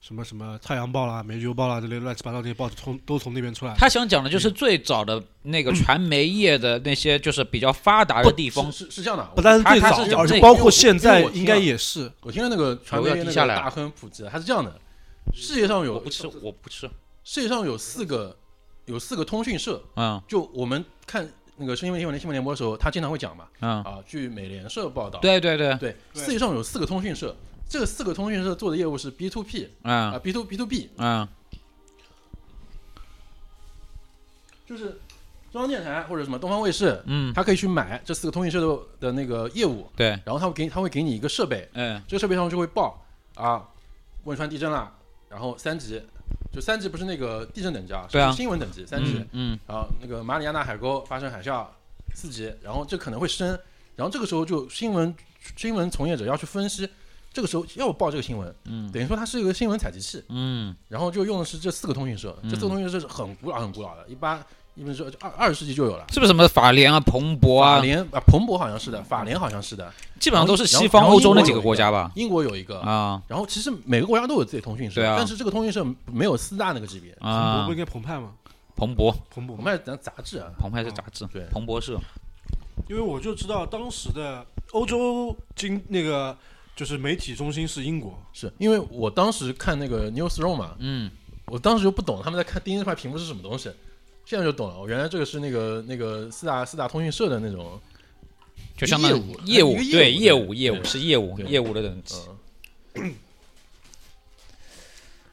什么什么《太阳报》啦、《每日邮报》啦，这类乱七八糟那些报纸从都从那边出来。他想讲的就是最早的那个传媒业的那些，就是比较发达的地方。是是是这样的，不单是他最他是早，讲而这且个包括现在因为我因为我应啊该也是。我听了那个传媒流量业那低个下来了啊大亨普及，它是这样的：世界上我有不吃，我不吃。世界上有四个有四个通讯社，嗯就我们看那个新闻新闻新闻联播的时候，他经常会讲嘛，嗯，啊，据美联社报道，对对啊对，对，对世界上有四个通讯社，这四个通讯社做的业务是 B to P 啊嗯，B to B to B，嗯就是中央电台或者什么东方卫视，嗯，他可以去买这四个通讯社的的那个业务，对，然后他会给你他会给你一个设备，嗯这个设备上就会报啊，汶川地震啦，然后三级，就三级不是那个地震等级啊，对啊是新闻等级三级，嗯嗯，然后那个马里亚纳海沟发生海啸四级，然后这可能会升，然后这个时候就新闻新闻从业者要去分析，这个时候要报这个新闻，嗯等于说它是一个新闻采集器，嗯然后就用的是这四个通讯社，这四个通讯社是很古老很古老的，一八一本说二二十世纪就有了。是不是什么法联啊、彭博法啊，联啊，彭博好像是的，法联好像是的，基本上都是西然方、后欧洲那几个国家吧？英国有一个，啊然后其实每个国家都有自己的通讯社，对啊但是这个通讯社没有四大那个级别。彭博啊不，应该澎湃吗？彭博、彭博我吗们还咱杂志啊，澎湃是杂志对，彭博社，因为我就知道当时的欧洲经那个就是媒体中心是英国，是因为我当时看那个 Newsroom 嘛，嗯，我当时就不懂他们在看盯着那块屏幕是什么东西，现在就懂了。哦原来这个是那个那个四大四大通讯社的那种，就相当于业务务，对，一个业业务务，业对务是业务，对业务的等级。嗯。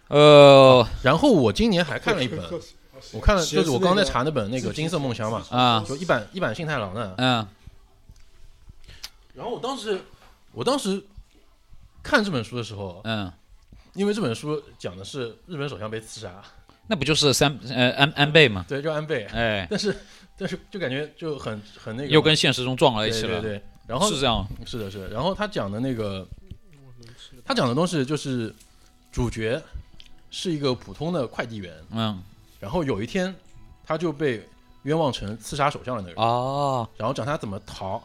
呃然后我今年还看了一本， 我看了就是我刚刚在查那本那自个己《金色梦想》嘛，啊就一版一版幸太郎的。嗯然后我当时我当时看这本书的时候，嗯，因为这本书讲的是日本首相被刺杀，那不就是三呃安安倍嘛？对，就安倍，哎，但是但是就感觉就很很那个嘛，又跟现实中撞到对一起对了，对，然后是这样，是的是的，然后他讲的那个，他讲的东西就是主角是一个普通的快递员，嗯，然后有一天他就被冤枉成刺杀首相的那个人，哦，然后讲他怎么逃，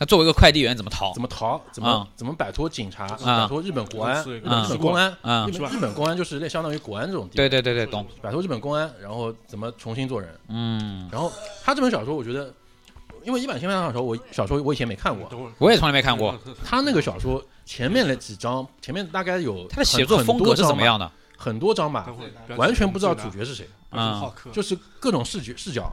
那作为一个快递员怎么逃怎？么逃，怎么、啊怎么摆脱警察，啊摆脱日本国安，是日啊本公安，嗯日，是吧本日本公安就是类相当于国安这种地方，对对对对，懂，摆脱日本公安，然后怎么重新做人。嗯，然后他这本小说，我觉得，因为一版新番小说，我小说我以前没看过，等会儿我也从来没看过。他那个小说前面的几章，前面大概有他的写作风格是怎么？样的？很多章吧等很多会章儿吧，不要完紧全不知道主我们角是谁，记得啊嗯浩克就是各种视觉视角。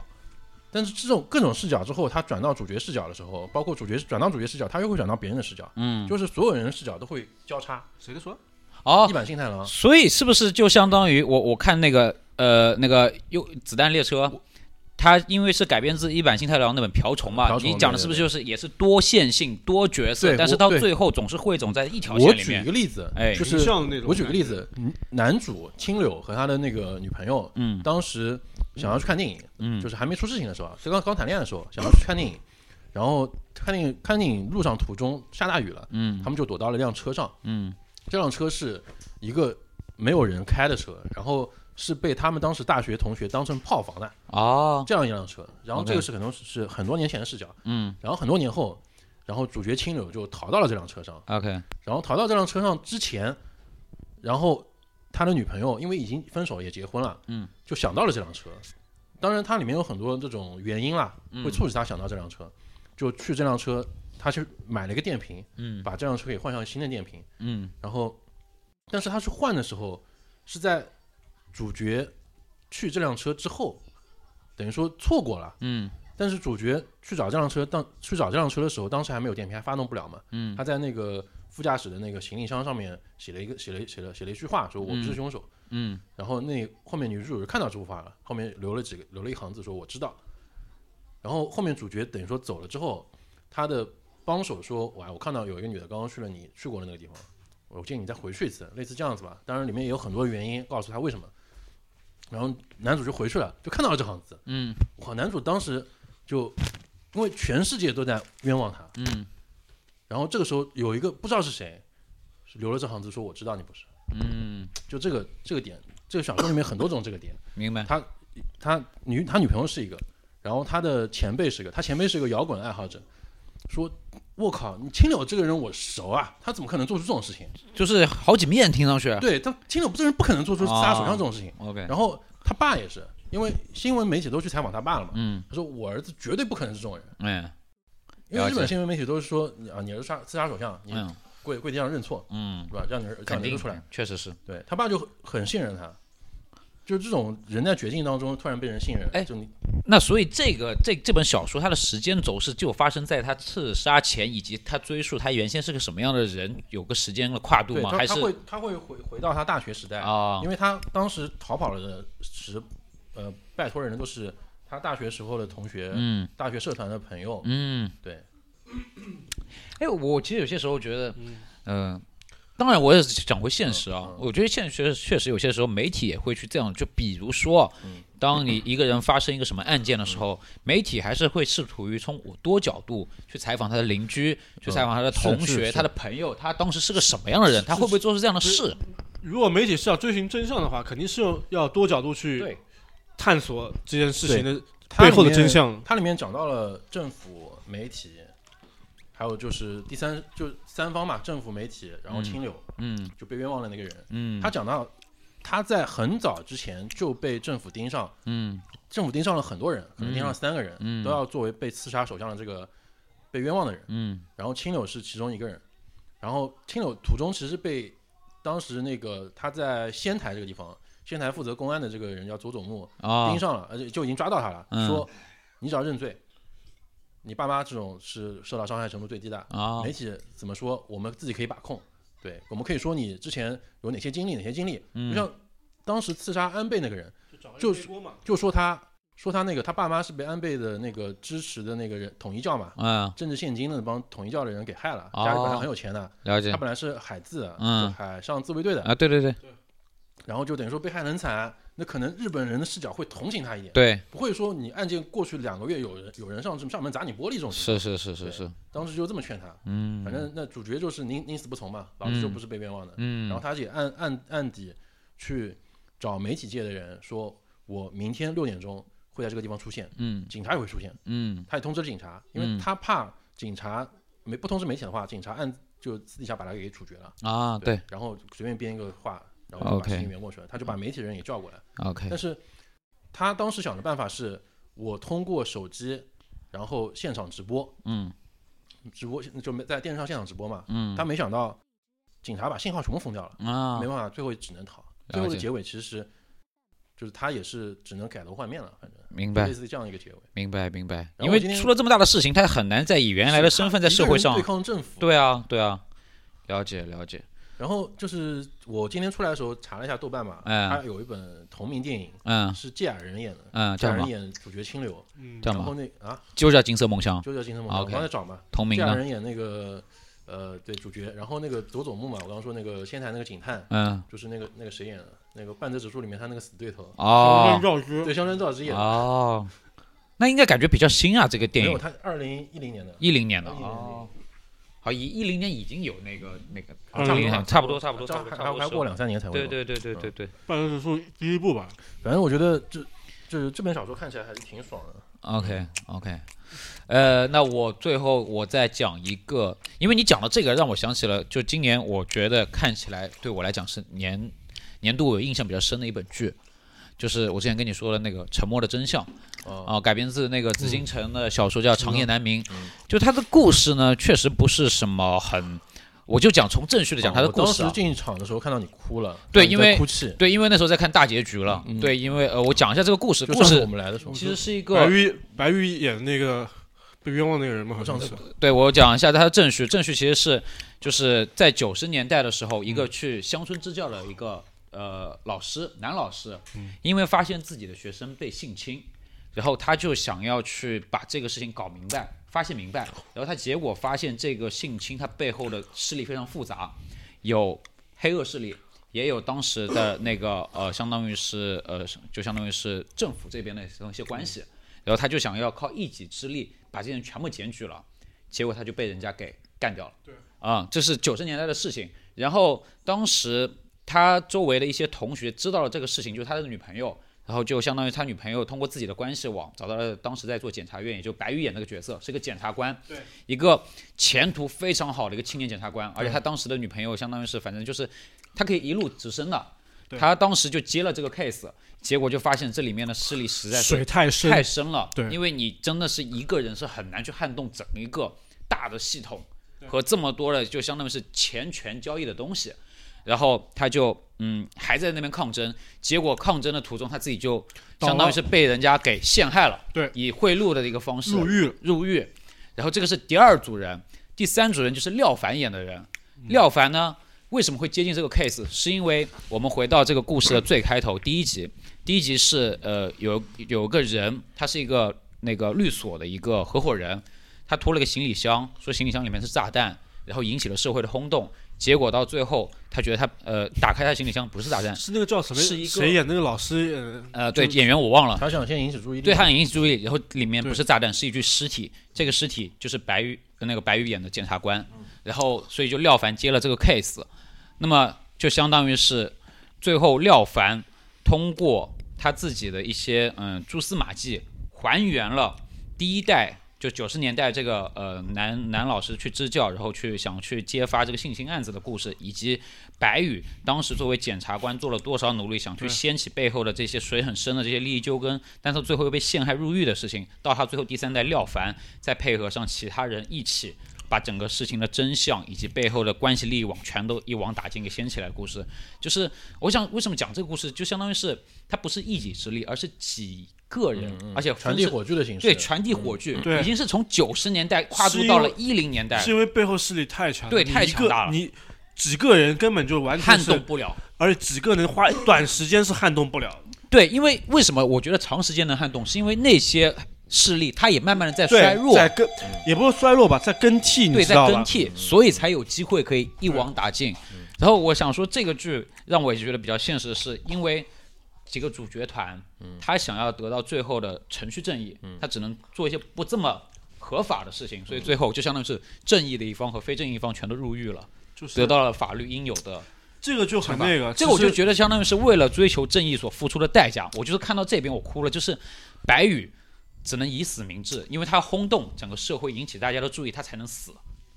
但是这种各种视角之后，他转到主角视角的时候，包括主角转到主角视角，他又会转到别人的视角，嗯，就是所有人的视角都会交叉。谁的说？哦一，版新太郎，所以是不是就相当于我我看那个呃那个又子弹列车，它因为是改编自一版新太郎那本《瓢虫》嘛瓢，虫你讲的是不是就是也是多线性、多角对色，但是我到对最后总是汇总在一条我线里举一面？个例子，哎就是挺像的那种我举个感觉例子，男主青柳和他的那个女朋友，嗯当时想要去看电影，嗯就是还没出事情的时候啊，就刚刚谈恋爱的时候，想要去看电影，然后看电影看电影路上途中下大雨了，嗯他们就躲到了一辆车上，嗯这辆车是一个没有人开的车，然后是被他们当时大学同学当成炮房的哦这样一辆车，然后 OK 这个是可能是很多年前的视角，嗯然后很多年后，然后主角青柳就逃到了这辆车上， OK 然后逃到这辆车上之前，然后他的女朋友因为已经分手也结婚了，嗯，就想到了这辆车。当然，它里面有很多这种原因啦，会促使他想到这辆车，就去这辆车，他去买了一个电瓶，嗯把这辆车给换上新的电瓶。嗯然后，但是他去换的时候是在主角去这辆车之后，等于说错过了。嗯但是主角去找这辆车当去找这辆车的时候，当时还没有电瓶，还发动不了嘛。嗯他在那个副驾驶的那个行李箱上面写了一个写了写了写了一句话，说我不是凶手。嗯然后那后面女主就看到这幅画了，后面留了几个留了一行字说我知道。然后后面主角等于说走了之后，他的帮手说：“哇，我看到有一个女的刚刚去了你去过的那个地方，我建议你再回去一次，类似这样子吧。当然里面也有很多原因，告诉他为什么。”然后男主就回去了，就看到了这行字。嗯哇，男主当时就因为全世界都在冤枉他，嗯然后这个时候有一个不知道是谁，是留了这行字说我知道你不是，嗯，就这个这个点，这个小说里面很多种这个点。明白。他女他女朋友是一个，然后他的前辈是一个，他前辈是一个摇滚爱好者，说我靠，你青柳这个人我熟啊，他怎么可能做出这种事情？就是好几面，听上去。啊对他青柳这个人不可能做出哦刺杀首相这种事情。 OK，然后他爸也是，因为新闻媒体都去采访他爸了嘛，嗯他说我儿子绝对不可能是这种人，嗯因为日了本解新闻媒体都是说你啊你儿子杀刺杀首相，你嗯跪跪地上认错，嗯是，吧？让你儿让肯你儿定子出来。，确实是。对他爸就很很信任他，就是这种人在绝境当中突然被人信任，哎就你那所以这个这这本小说它的时间轴是就发生在他刺杀前，以及他追溯他原先是个什么样的人，有个时间的跨度对吗？他还他是会他会回回到他大学时代，啊因为他当时逃跑了的时，呃，拜托人都是他大学时候的同学，嗯大学社团的朋友，嗯，对， 哎，我其实有些时候觉得，嗯、当然我也是讲回嗯现实啊，我觉得现实确实有些时候媒体也会去这样，就比如说，嗯当你一个人发生一个什么案件的时候，媒体还是会试图于从我多角度去采访他的邻居，去采访他的同嗯是学、是他的朋友，他当时是个什么样的人，他会不会做出这样的事？如果媒体是要追寻真相的话，肯定是用要多角度去对探索这件事情的它背后的里面真相。它里面讲到了政府、媒体，还有就是第三就三方嘛，政府、媒体，然后清流，嗯就被冤枉的那个人，嗯他讲到他在很早之前就被政府盯上，嗯政府盯上了很多人，可能盯上了三个人，嗯都要作为被刺杀首相的这个被冤枉的人，嗯然后青柳是其中一个人，然后青柳途中其实被当时那个他在仙台这个地方，仙台负责公安的这个人叫佐佐木啊盯上了，而且就已经抓到他了，嗯说你只要认罪，你爸妈这种是受到伤害程度最低的，啊媒体怎么说，我们自己可以把控。对，我们可以说你之前有哪些经历，哪些经历。嗯就像当时刺杀安倍那个人，就是就说他说他那个他爸妈是被安倍的那个支持的那个人统一教嘛，嗯，政治现金的那帮统一教的人给害了，哦家里本来很有钱的，了解他本来是海自，啊嗯就海上自卫队的，啊，对对对然后就等于说被害得很惨。那可能日本人的视角会同情他一点，对，不会说你案件过去两个月有人有人上上门砸你玻璃这种情是况。是是是是，当时就这么劝他，嗯反正那主角就是宁宁死不从嘛，老子就不是被冤枉的。嗯然后他也暗暗暗底去找媒体界的人说，我明天六点钟会在这个地方出现，嗯警察也会出现。嗯他也通知了警察，因为嗯他怕警察没不通知媒体的话，警察暗就私底下把他给处决了。啊，对然后随便编一个话，然后就把 OK 事情圆过去了。他就把媒体人也叫过来， ，OK，但是他当时想的办法是，我通过手机，然后现场直播，嗯直播就没在电视上现场直播嘛，嗯他没想到警察把信号全部封掉了，啊没办法，最后只能逃。最后了的解结尾其实就是他也是只能改头换面了，反正明就白类似于这样一个结尾。明白明白，然因后为今天出了这么大的事情，他很难再以原来的身份在社会一个上人对，抗政府。对啊对啊，了解了解，然后就是我今天出来的时候查了一下豆瓣嘛，嗯他有一本同名电影嗯是芥雅人演的，嗯，芥叫雅什人么演主角清流，嗯，叫什然后么？那啊就叫《金色梦乡》就叫金城武，我 OK 啊刚才找嘛，同芥名雅的，人演那个呃对主角，然后那个佐佐木嘛，我刚刚说那个仙台那个警探，嗯就是那个那个谁演的，那个半泽直树里面他那个死对头，哦绕之对，香川照之演的，哦，那应该感觉比较新啊，这个电没有，影他二零一零年的，一零年的2010年的哦。好，一一零年已经有那个那个，啊2010年差不多差差不多这差样不多还差还不还多过是，两三年才会对有。对对对对对半泽直树第一部吧，反正我觉得这这这本小说看起来还是挺爽的。 OK OK，呃，那我最后我再讲一个，因为你讲了这个，让我想起了，就今年我觉得看起来对我来讲是年年度我有印象比较深的一本剧，就是我之前跟你说的那个《沉默的真相》哦啊、改编自嗯那个紫禁城的小说叫《长夜难明》，就它的故事呢，确实不是什么很，我就讲从正序的讲它的哦我故事、啊当时进场的时候看到你哭了，对然后你因在为哭泣。对，因为那时候在看大结局了，对，因为呃，我讲一下这个故事，嗯就故上次我事们来的时候，其实是一个白玉白玉演那个被冤枉那个人嘛，好上像次是。对我讲一下他的证据，证据其实是就是在九十年代的时候，一个去乡村支教的一个呃老师，男老师，因为发现自己的学生被性侵，然后他就想要去把这个事情搞明白，发现明白，然后他结果发现这个性侵他背后的势力非常复杂，有黑恶势力。也有当时的那个呃，相当于是呃，就相当于是政府这边的一些关系，然后他就想要靠一己之力把这些人全部检举了，结果他就被人家给干掉了。对，啊、这是九十年代的事情。然后当时他周围的一些同学知道了这个事情，就是他的女朋友，然后就相当于他女朋友通过自己的关系网找到了当时在做检察院，也就白玉演那个角色，是个检察官，对，一个前途非常好的一个青年检察官，而且他当时的女朋友相当于是，反正就是他可以一路直升的。他当时就接了这个 case，结果就发现这里面的势力实在是水太深，太深了。对因为你真的是一个人是很难去撼动整一个大的系统和这么多的，就相当于是钱权交易的东西。然后他就嗯还在那边抗争，结果抗争的途中他自己就倒了相当于是被人家给陷害了，对以贿赂的一个方式入狱了。入狱。然后这个是第二组人，第三组人就是廖凡演的人。廖凡呢，为什么会接近这个 case，是因为我们回到这个故事的最开头，第一集，第一集是呃有有个人，他是一个那个律所的一个合伙人，他拖了个行李箱，说行李箱里面是炸弹，然后引起了社会的轰动，结果到最后他觉得他呃打开他行李箱不是炸弹，是那个叫什么？是一个谁演那个老师？嗯呃对演员我忘了，他想先引起注意力，对他引起注意，然后里面对不是炸弹，是一具尸体。这个尸体就是白宇跟那个白宇演的检察官，然后所以就廖凡接了这个 case，那么就相当于是最后廖凡通过他自己的一些嗯蛛丝马迹，还原了第一代就九十年代这个呃男男老师去支教，然后去想去揭发这个性侵案子的故事，以及白宇当时作为检察官做了多少努力，想去掀起背后的这些水很深的这些利益纠纷，但是最后又被陷害入狱的事情，到他最后第三代廖凡，再配合上其他人一起。把整个事情的真相以及背后的关系利益网全都一网打尽，给掀起来的故事，就是我想为什么讲这个故事，就相当于是它不是一己之力，而是几个人，而且传分递是火炬的形式，对，传递火炬，对已经是从九十年代跨度到了一零年代嗯是，因为背后势力太强了，对你太一强个大了你几个人根本就完全撼是动不了。而且几个人花短时间是撼动不了的。对，因为为什么我觉得长时间能撼动，是因为那些势力它也慢慢的在衰弱，在更也不是衰弱吧，在更替，你对，知在道更吧？嗯替，所以才有机会可以一网打尽。然后我想说，这个剧让我也觉得比较现实，是因为几个主角团，嗯他想要得到最后的程序正义，他只能做一些不这么合法的事情，嗯所以最后就相当于是正义的一方和非正义一方全都入狱了，就是得到了法律应有的这个就很那个，这个我就得觉得相当于是为了追求正义所付出的代价。我就是看到这边我哭了，就是白宇只能以死明志，因为他轰动整个社会，引起大家的注意，他才能死，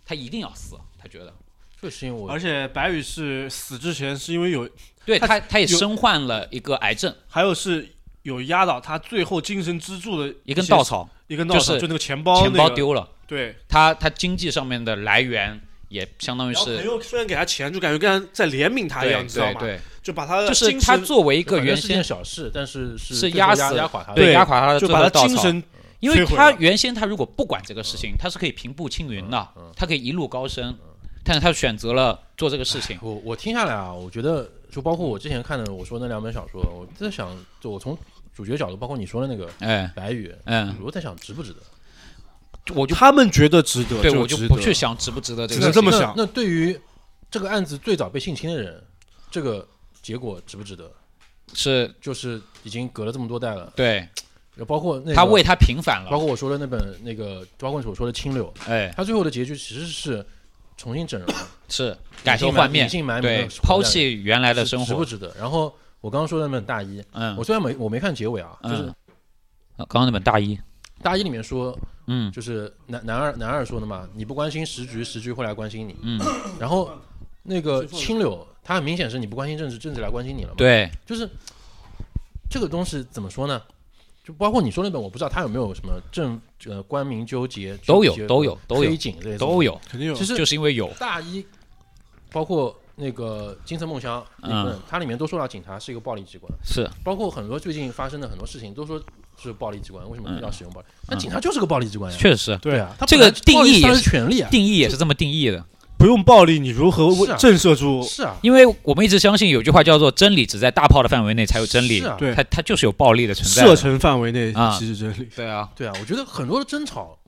他一定要死，他觉得。这个事情我而且白宇是死之前是因为有，对他他，他也有身患了一个癌症，还有是有压倒他最后精神支柱的一根些稻，草，一根稻草，就是就那个钱包，钱包，丢了，对，他他经济上面的来源也相当于然后朋是，友虽然给他钱，就感觉跟他在怜悯他一对啊样，你知道对吗？对，就把他的就是精他神作为一一个原是件先小事，但是是是最后压压死压垮他的对对压垮他的就最把后的他稻精草，神因为摧毁他了原先他如果不管这个事情，他是可以平步青云的，他可以一路高升，但是他选择了做这个事情。我我听下来啊，我觉得就包括我之前看的我说那两本小说，我在想，就我从主角角度，包括你说的那个哎，白宇，嗯，我在想值不值得？我就他们觉得值得，对我值就得不去想值不值得这只个能事这情。么那想那对于这个案子最早被性侵的人，这个结果值不值得？是就是已经隔了这么多代了，对包括那个他为他平反嗯包了，括我说的那本那个，包括我说的《清流》，哎，他最后的结局其实是重新整容，是改头换面隐，姓埋名对的时，候抛弃原来的生值不活，值得？然后我刚刚说的那本大一，嗯我，虽然没我没看结尾啊，就是嗯刚刚那本大一，大一里面说，嗯就是男男二男二说的嘛，你不关心时局，时局会来关心你。嗯， 然后那个清流，他很明显是你不关心政治，政治来关心你了嘛。，对，就是这个东西怎么说呢？就包括你说那本，我不知道他有没有什么政呃官民纠结都有纠结都有都有黑警类的都。有，肯定有其实就是因为有，大一，包括那个《金色梦乡》嗯那本，它里面都说到警察是一个暴力机关，是包括很多最近发生的很多事情都说是暴力机关，为什嗯么要使用暴力？那警察就是个暴力机关呀。确实对啊，他这本个来就暴定力义它也是权利啊，定义也是这么定义的。不用暴力，你如何是啊震慑住是啊，因为我们一直相信有句话叫做“真理只在大炮的范围内才有真理”，是啊对它它就是有暴力的存在射的。程范围内啊其实真理？对啊，对啊，我觉得很多的争吵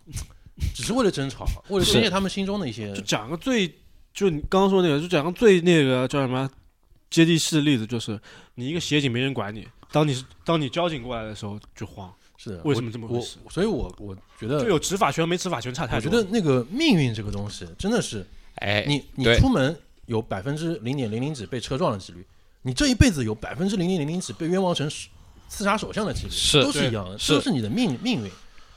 只是为了争吵，为了是宣泄他们心中的一些就讲个最，就你刚刚说那个，就讲个最那个叫什么接地气的例子，就是你一个协警没人管你，当你是当你交警过来的时候就慌，是的。为什么这么回我事？我所以我，我觉得就，有执法权没执法权差太呃我觉多。得那个命运这个东西真的是，哎，你你对出门有百分之零点零零几被车撞的几率，你这一辈子有百分之零点零零几被冤枉成是刺杀首相的几率，是都是一样的，是都是你的命命运。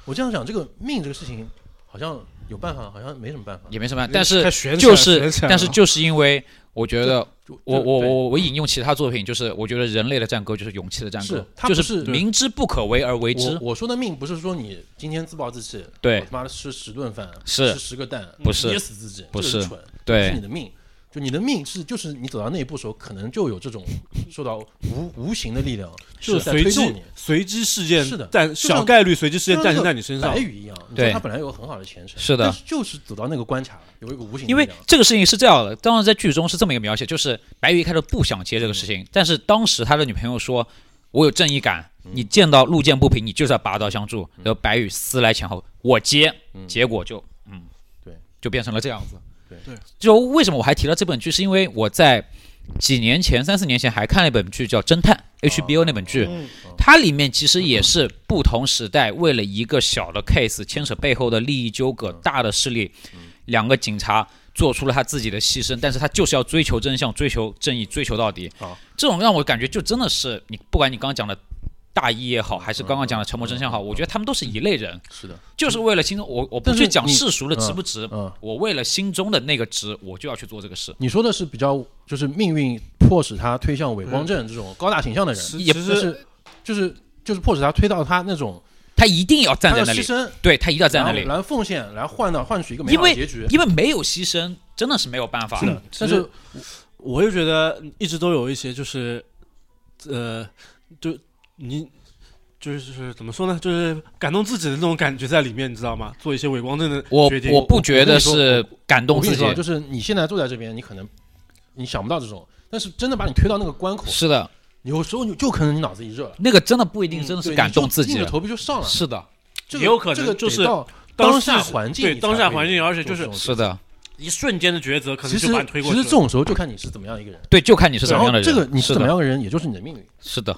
我这样想，这个命这个事情好像有办法，好像没什么办法。也没什么，但是太悬起就来了是悬起来了但是就是因为我觉得啊就我我对我我引用其他作品，就是我觉得人类的战歌就是勇气的战歌是，它就不是是明知不可为而为之我，我说的命不是说你今天自暴自弃，对我他妈的吃十顿饭，是吃十个蛋，不是噎死自己，不这个是蠢，这是对你的命。就你的命是就是你走到那一步的时候，可能就有这种受到无无形的力量就是在随推动机你。随机事件，是的但就小像概率随机事件就诞像生那个在你身上白。宇一样，你对说他本来有个很好的前程，是的但就是走到那个关卡，有一个无形的力量，因为这个事情是这样的，当时在剧中是这么一个描写，就是白宇一开始不想接这个事嗯情，但是当时他的女朋友说：“我有正义感，嗯你见到路见不平，你就是要拔刀相助。”然后白宇思来想后，我接，结果就嗯，对，就变成了这样子。对对，就为什么我还提到这本剧，是因为我在几年前、三四年前还看了一本剧叫《侦哦探》，HBO 那本剧，嗯它里面其实也是不同时代为了一个小的 case 牵扯背后的利益纠葛、大的势力，嗯两个警察做出了他自己的牺牲，但是他就是要追求真相、追求正义、追求到底好。这种让我感觉就真的是你，不管你刚刚讲的大义也好，还嗯是刚刚讲的沉默真相也好，我觉得他们都是一类人，是的，就是为了心中我我不嗯但是去讲你世俗的值嗯不值，嗯。我为了心中的那个值，我就要去做这个事。你说的是比较就是命运迫使他推向伪光嗯正这种高大形象的人，其也其就实是就是就是迫使他推到他那种他一定要站他在要那里牺，牲，对他一定要站在那然后里，然后奉献，然后换到换取一个美因好的为结局。因为没有牺牲，真的是没有办法。嗯但其是实我就觉得一直都有一些就是，呃，就你就是怎么说呢，就是感动自己的那种感觉在里面，你知道吗？做一些伪光正的我决定。我不觉得我跟你说是感动我跟自你己说，，啊就是你现在坐在这边，你可能你想不到这种，但是真的把你推到那个关口，是的，有时候你就可能你脑子一热了，那个真的不一定真的嗯对是你感就动自己硬着，头皮就上了。是的，这也个有可能这个就是得到当当下事环境对你才会有这种，当下环境而且就是是的，一瞬间的抉择，可其能实就把你推过其去实了。这种时候就看你是怎么样一个人，对，就看你是什然么样后的人，这个你是怎么的，样的人，也就是你的命运。是的。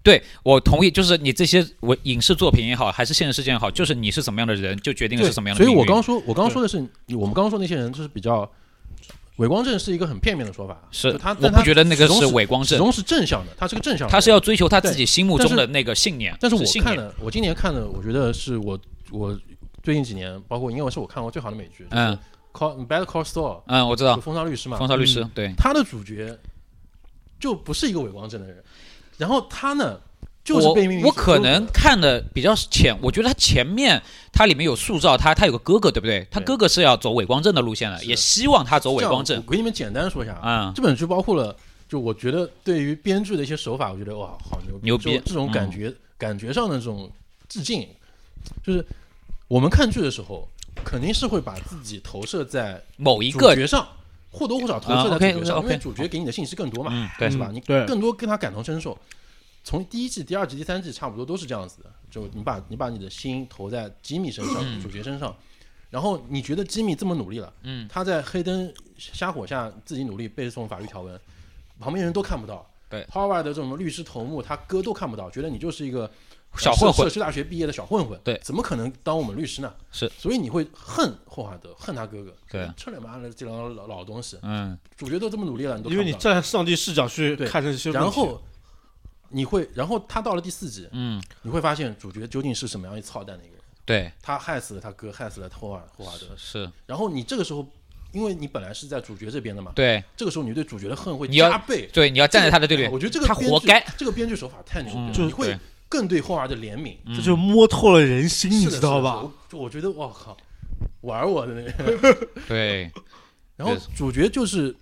对，我同意，就是你这些我影视作品也好，还是现实事件也好，就是你是什么样的人，就决定了对，是什么样的所命以运。我刚说，我刚说的是，你我们刚刚说那些人就是比较，伪光正是一个很片面的说法，是就他，我但不他觉得那个始终是是伪光始正，终是正向的，他是个正向的人，他是要追求他自己对心目但中是的那个信念。但是我信看念，了，我今年看的，我觉得是我我最近几年，包括因为是我看过最好的美剧，就是嗯，Call Bad Call Store，嗯，我知就嗯道《风骚律师》嘛，风骚律师，对，他的主角就不是一个伪光正的人，然后他呢就是我被命运我所可纠葛能的看的比较浅，我觉得他前面他里面有塑造他，他有个哥哥，对不对？他对哥哥是要走伪光正的路线的，是也希望他走这伪样光正我给你们简单说一下啊、这本剧包括了，就我觉得对于编剧的一些手法，我觉得哇，好牛逼！牛逼嗯就这种感觉、感觉上的这种致敬，就是我们看剧的时候，肯定是会把自己投射在某一主个角上，或多或少投射啊，OK，在主角上， OK，因为主角给你的信息更多嘛，嗯对是吧？嗯你对更多跟他感同身受。从第一季、第二季、第三季差不多都是这样子的，就你把你把你的心投在吉米身上， 主角身上，然后你觉得吉米这么努力了，嗯，他在黑灯瞎火下自己努力背诵法律条文，旁边人都看不到，对，Harvard 的这种律师头目，他哥都看不到，觉得你就是一个呃小混社混社，区大学毕业的小混混，对怎么可能当我们律师呢？是，所以你会恨霍华德，恨他哥哥，对彻他妈的这帮老老东西，嗯，主角都这么努力了，你都因为你看不到站在上帝视角去对看这些问题，然后。你会，然后他到了第四集，嗯，你会发现主角究竟是什么样一操蛋的一个人，对，他害死了他哥，害死了霍华霍华德，是然后你这个时候，因为你本来是在主角这边的嘛，对这个时候你对主角的恨会你要加倍，对，你要站在他的对这立个我觉得这个他编活剧该，嗯这个编剧手法太牛逼了，就你会对更对霍华德怜悯，这就摸透了人心，你是的知道？是吧的？我我觉得我靠，玩我的 那个。对，然后对主角就是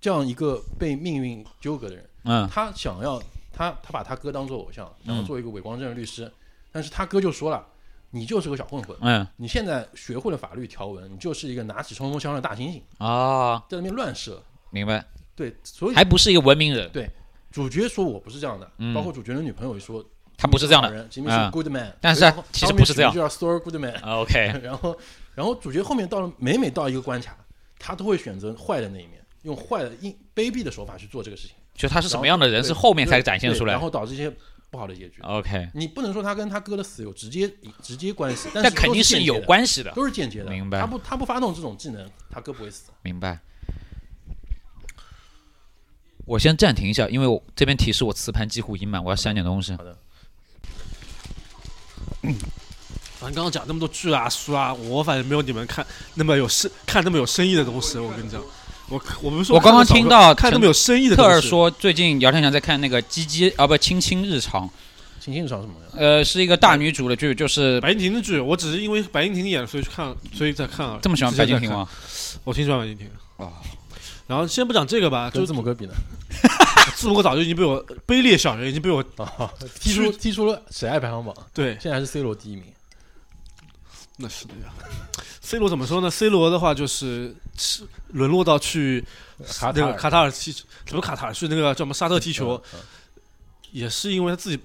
这样一个被命运纠葛的人，嗯，他想要他他把他哥当做偶像，然后做一个伪光正的律师，但是他哥就说了，你就是个小混混。嗯你现在学会了法律条文，你就是一个拿起冲锋枪的大猩猩，啊，在那边乱射。明白，对，所以还不是一个文明人，主角说我不是这样的，嗯包括主角的女朋友也说他不是这样的。人，吉米是嗯 good man，但是然后他其实不是这样他后面取名就叫 Store Good Man，啊 OK，然后，然后主角后面到了每每到一个关卡，他都会选择坏的那一面，用坏的硬卑鄙的手法去做这个事情，就他是什么然后样的人，对是后面才对展现对出来然。后导致一些不好的结局。 OK，你不能说他跟他哥的死有直接直接关系，但但是肯都定是是间接有的，关系的，都是间接的。明白他不他不发动这种技能，他哥不会死。 明白。我先暂停一下，因为我这边提示我磁盘几乎已满，我要删点东西好。的，反正刚刚讲那么多剧啊、书啊，我反正没有你们看那么有深看那么有深意的东西。我跟你讲，我我们说我刚刚看得少听到看那陈么有深意的特东西尔说，最近姚天祥在看那个《鸡鸡》啊，不，《亲亲日常》，秦星长什么呀？呃，是一个大女主的剧，就是呃白敬亭的剧，我只是因为白敬亭演，所以去看，所以在看啊。这么喜欢白敬亭直接在看？吗？我挺喜欢白敬亭。哦，然后先不讲这个吧，就跟字母哥比呢，字母哥早就已经被我卑劣小人已经被我啊踢出踢出了谁爱排行榜，对，现在还是 C 罗第一名。那是的呀。C 罗怎么说呢？C 罗的话就是是沦落到去卡塔那个尔卡塔尔踢什么卡塔尔去那个叫什么沙特踢球，嗯也是因为他自己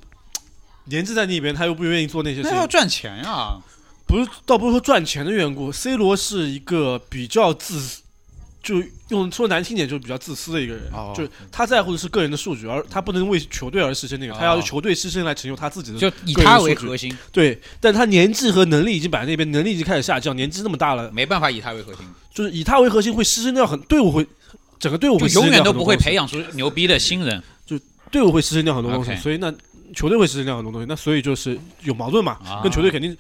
年纪在那边，他又不愿意做那些事那要情。赚钱呀，不是，倒不是说赚钱的缘故，C 罗是一个比较自私，就用说难听点，就是比较自私的一个人。哦就是他在乎的是个人的数据，而他不能为球队而牺牲那个，他要球队牺牲来成就他自己的。哦就以他为核心，对，但他年纪和能力已经摆在那边，能力已经开始下降，年纪那么大了，没办法以他为核心，就是以他为核心会牺牲掉很队伍会。整个队伍就会永远都不会培培养出牛逼的新人。队伍会牺牲掉很多东西， OK 所以那球队会牺牲掉很多东西，那所以就是有矛盾嘛，啊跟球队肯定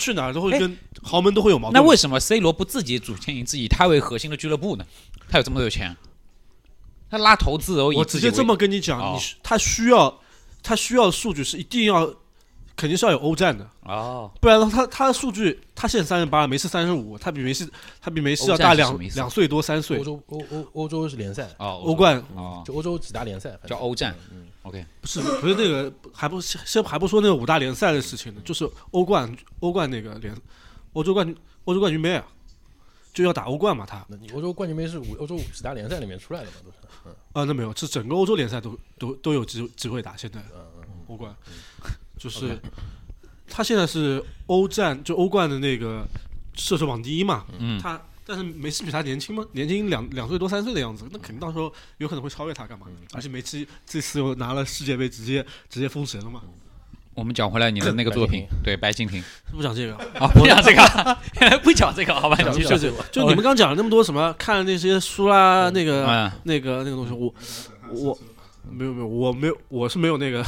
去哪儿都会哎跟豪门都会有矛盾。那为什么 C 罗不自己组建一支以他为核心的俱乐部呢？他有这么多有钱，他拉投资哦，以我自己直接为这么跟你讲，哦你需他需要他需要数据是一定要，肯定是要有欧战的，哦，不然的话他他的数据他现在三十八，梅西三十五，他比梅西他比梅西要欧战大是什两么意思两岁多三岁欧。洲欧欧欧洲是联赛，哦，嗯欧冠哦，就欧洲几大联赛，反叫正欧战。OK，不是不是那个还不先还不说那个五大联赛的事情呢，就是欧冠欧冠那个联欧洲冠军欧洲冠军杯啊，就要打欧冠嘛他那你欧洲冠军杯是五欧洲几大联赛里面出来的嘛，都是。嗯啊那没有，是整个欧洲联赛都都都有机机会打现在嗯欧冠，就是他现在是欧战就欧冠的那个射手榜第一嘛，嗯他但是梅西比他年轻吗？年轻两两岁多三岁的样子，那肯定到时候有可能会超越他干嘛？嗯而且梅西这次又拿了世界杯，直接直接封神了嘛，嗯我们讲回来你的那个作品白敬，对白敬亭不讲这个。啊， 不讲这个， 不讲这个，好吧，讲你继这续个。对，就你们刚讲了那么多什么，看那些书啦，那个、嗯那个那个东西，我嗯我没有没有，我没有，我是没有那个、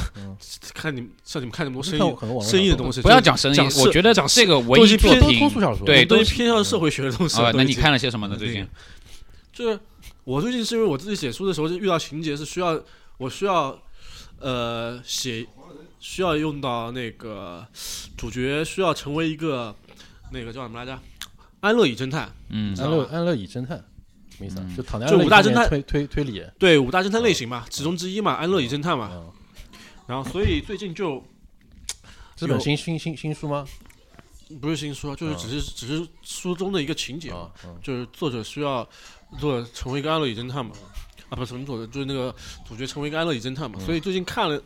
看你们像你们看那么多生你嗯看我意可能网上生意的东西，不要就是讲生意，讲事我觉得讲这个都文已艺经作偏品通俗小说对，都都是偏向社会学的东西啊那了。，都已你经看了些什么呢？最近就是我最近是因为我自己写书的时候，就遇到情节是需要我需要呃写需要用到那个主角需要成为一个那个叫什么来着？安乐椅侦探，嗯知道安乐吧安乐椅侦探什么意思啊？就躺在就安乐椅五大上面侦探啊推推推理。对五大侦探类型嘛，其中之一嘛，安乐椅侦探嘛。嗯，然后所以最近就这本有新新新新书吗？不是新书，就是嗯只是、只是书中的一个情节嘛，啊，嗯就是作者需要作者成为一个安乐椅侦探嘛，啊不是什么作者，就是那个主角成为一个安乐椅侦探嘛，所以最近看了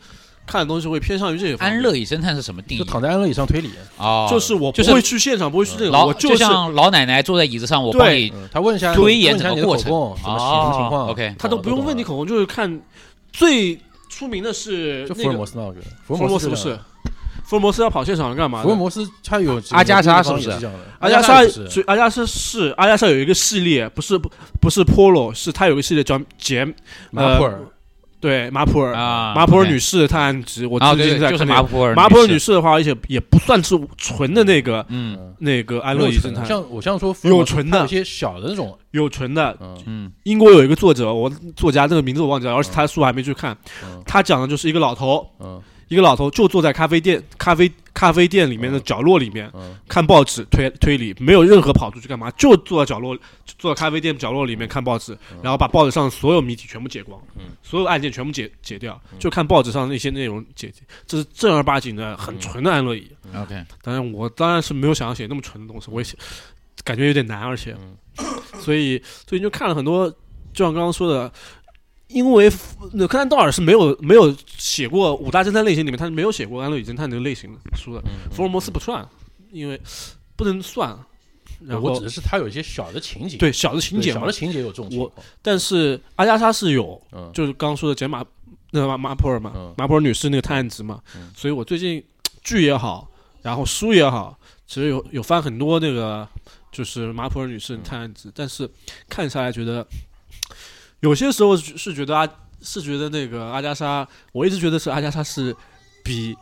看的东西会偏向于这个方嗯面安乐椅侦探是什么定就义？躺在安乐椅上推理。哦，就是我不就是嗯会去现场，不会去那个，老我就就是像老奶奶坐在椅子上，我帮对你嗯，他问一下推演问一下整个你的过口程供，什么哦什么情况 OK 他都不用问你，口红，就是看最出名的是我都懂了就福那尔个摩斯那我觉得，福福尔摩斯就不这样是，福尔摩斯要跑现场干嘛的？福尔摩斯他有阿加莎是不是有地方也这样的？阿加莎也不是是阿加莎是阿加莎有一个系列，不是不不是 Polo，是它有一个系列叫杰马普呃尔，对马普尔、啊，马普尔 OK 呃女士的探案集，我啊，最对近对，在就是看马那个、普尔马普尔女士，士的话，而且也不算是纯的那个嗯那个安乐椅侦探，像我像说福尔摩斯有纯他的有一些小的那种，有纯的。嗯嗯英国有一个作者，我作家那个名字我忘记了，而且他的书我还没去看嗯。他讲的就是一个老头，嗯一个老头就坐在咖啡店、咖啡咖啡店里面的角落里面，嗯看报纸推推理，没有任何跑出去干嘛，就坐在角落，就坐在咖啡店角落里面看报纸，然后把报纸上所有谜题全部解光，所有案件全部解解掉，就看报纸上那些内容解解，这是正儿八经的很纯的安乐椅。嗯，OK，当然，我当然是没有想要写那么纯的东西，我也写感觉有点难，而且，嗯 所以最近就看了很多，就像刚刚说的，因为那柯南道尔是没有没有写过五大侦探类型里面，他是没有写过安乐椅侦探这个类型的嗯书的，福尔摩斯不算，因为不能算。然我后只是他有一些小的情节，对小的对情节小嘛的，情节有这种情我况，但是阿加莎是有，嗯就是刚刚说的简马那个马马普尔嘛，嗯马普尔女士那个探案集嘛，所以我最近剧也好，然后书也好，其实有有翻很多那个就是马普尔女士的探案集，但是看下来觉得有些时候是是觉得阿是觉得那个阿加莎，我一直觉得是阿加莎是比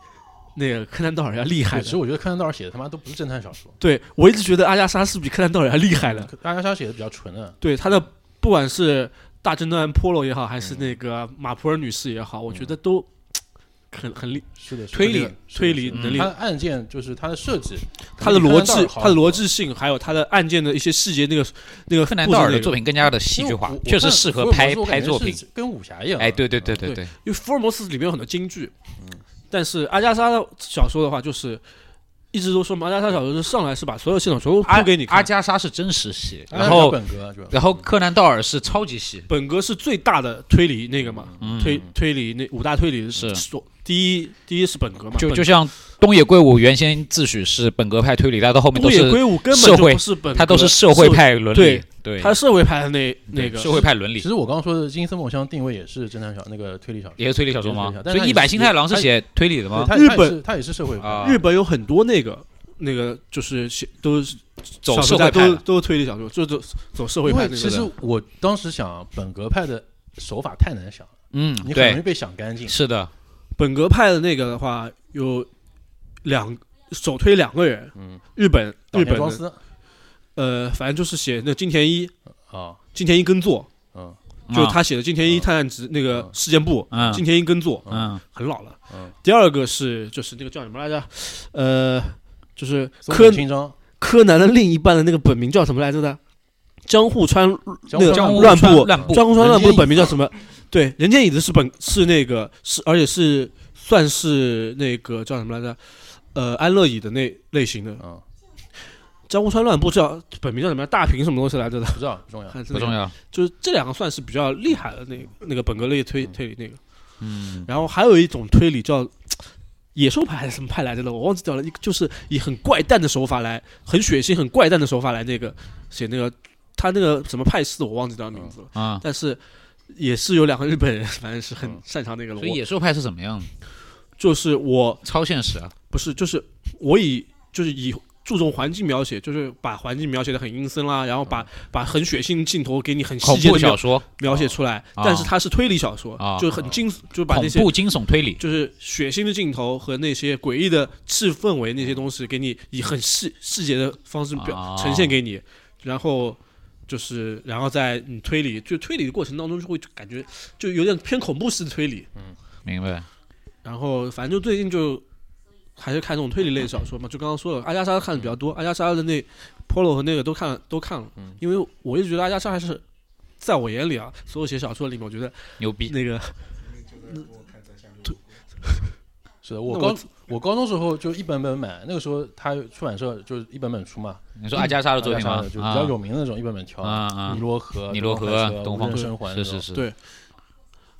那个柯南道尔要厉害对其实的。我觉得柯南道尔写的他妈都不是侦探小说，对，我一直觉得阿加莎是比柯南道尔要厉害的。阿加莎写的比较纯啊，对他的不管是大侦探波罗也好，还是那个马普尔女士也好，我觉得都很很厉是的，是的推理是的是的推理是的能力它的案件就是它的设置，它的逻柯南道辑尔、好它的逻辑性，还有它的案件的一些细节，那个那个柯南故道事尔的那个作品更加的戏剧化因为我，确实我看适合福尔摩拍斯我感拍觉作是品。跟武侠一样，嗯哎，对对对对对，因为福尔摩斯里面有很多金句，但是阿加莎的小说的话，就是一直都说嘛，阿加莎小说是上来是把所有现场全部阿铺给你阿看。啊加莎是真实戏，哎，然后本格主要然后柯南道尔是超级戏，本格是最大的推理那个嘛，推推理那五大推理是所第一第一是本格嘛，就本就像东野圭吾原先自诩是本格派推理，但到后面都东野是圭吾根社本就会不是本格，他都是社会，派伦理对，对，他是社会派的那那个社会派伦理其实我刚刚说的《金色梦乡》定位也是侦探小那个推理小说，也是推理小说吗也是推理小？说所以一百星太郎是写推理的吗对？它日它也本是它也是社会啊，日本有很多那个那个就是写都是走小社说会家派都的，都是推理小说，就走走社会因派为那其个实的。我当时想本格派的手法太难想了，嗯，你很容易对，被想干净。是的，本格派的那个的话，有两首推两个人，嗯，日本岛日田本庄的司呃，反正就是写那金田一啊，金田一耕作，嗯就是啊，他写的金田嗯一探案职那个嗯事件部，嗯金田一耕作嗯，很老了。嗯，第二个是就是那个叫什么来着？呃，就是松柯本清张柯南的另一半的那个本名叫什么来着的？江户川江那户个川江户乱川步，乱步江户川人乱步间的椅本名叫什么？对，人间椅子是本是那个是，而且是算是那个叫什么来着？呃，安乐椅的那类型的嗯，江户川乱步叫本名叫什么？大平什么东西来着的？不知道 不重要。还是不那个重要， 就是这两个算是比较厉害的那那个本格类推推理那个，嗯，然后还有一种推理叫野兽派还是什么派来着的，我忘记掉了，一个就是以很怪诞的手法来，很血腥、很怪诞的手法来那个写那个他那个什么派系的我忘记掉名字了，啊，但是也是有两个日本人，反正是很嗯擅长那个了。所以我野兽派是怎么样？就是我超现实啊，不是就是我以就是以。注重环境描写，就是把环境描写的很阴森啦，然后把把很血腥的镜头给你很细嗯恐节怖的小说，描写出来，啊但是它是推理小说，啊就很惊，就把恐那些怖惊悚推理，就是血腥的镜头和那些诡异的气氛围那些东西，给你以很细细节的方式表、啊呈现给你，然后就是然后在你推理，就推理的过程当中就会感觉就有点偏恐怖式的推理，明白？然后反正就最近就还是看这种推理类的小说嘛，就刚刚说了，阿加莎看的比较多，阿加莎的那 Polo 和那个都看了都看了，嗯因为我一直觉得阿加莎还是在我眼里啊，所有写小说里面，我觉得牛逼，那个是的，我那高我我高中时候就一本本买，那个时候它出版社就是一本本出嘛，你说阿加莎的作品大家吗看的就？比啊较有名的那种一本本挑，啊啊尼，罗河、尼罗河、东方方生还是这是种，是，对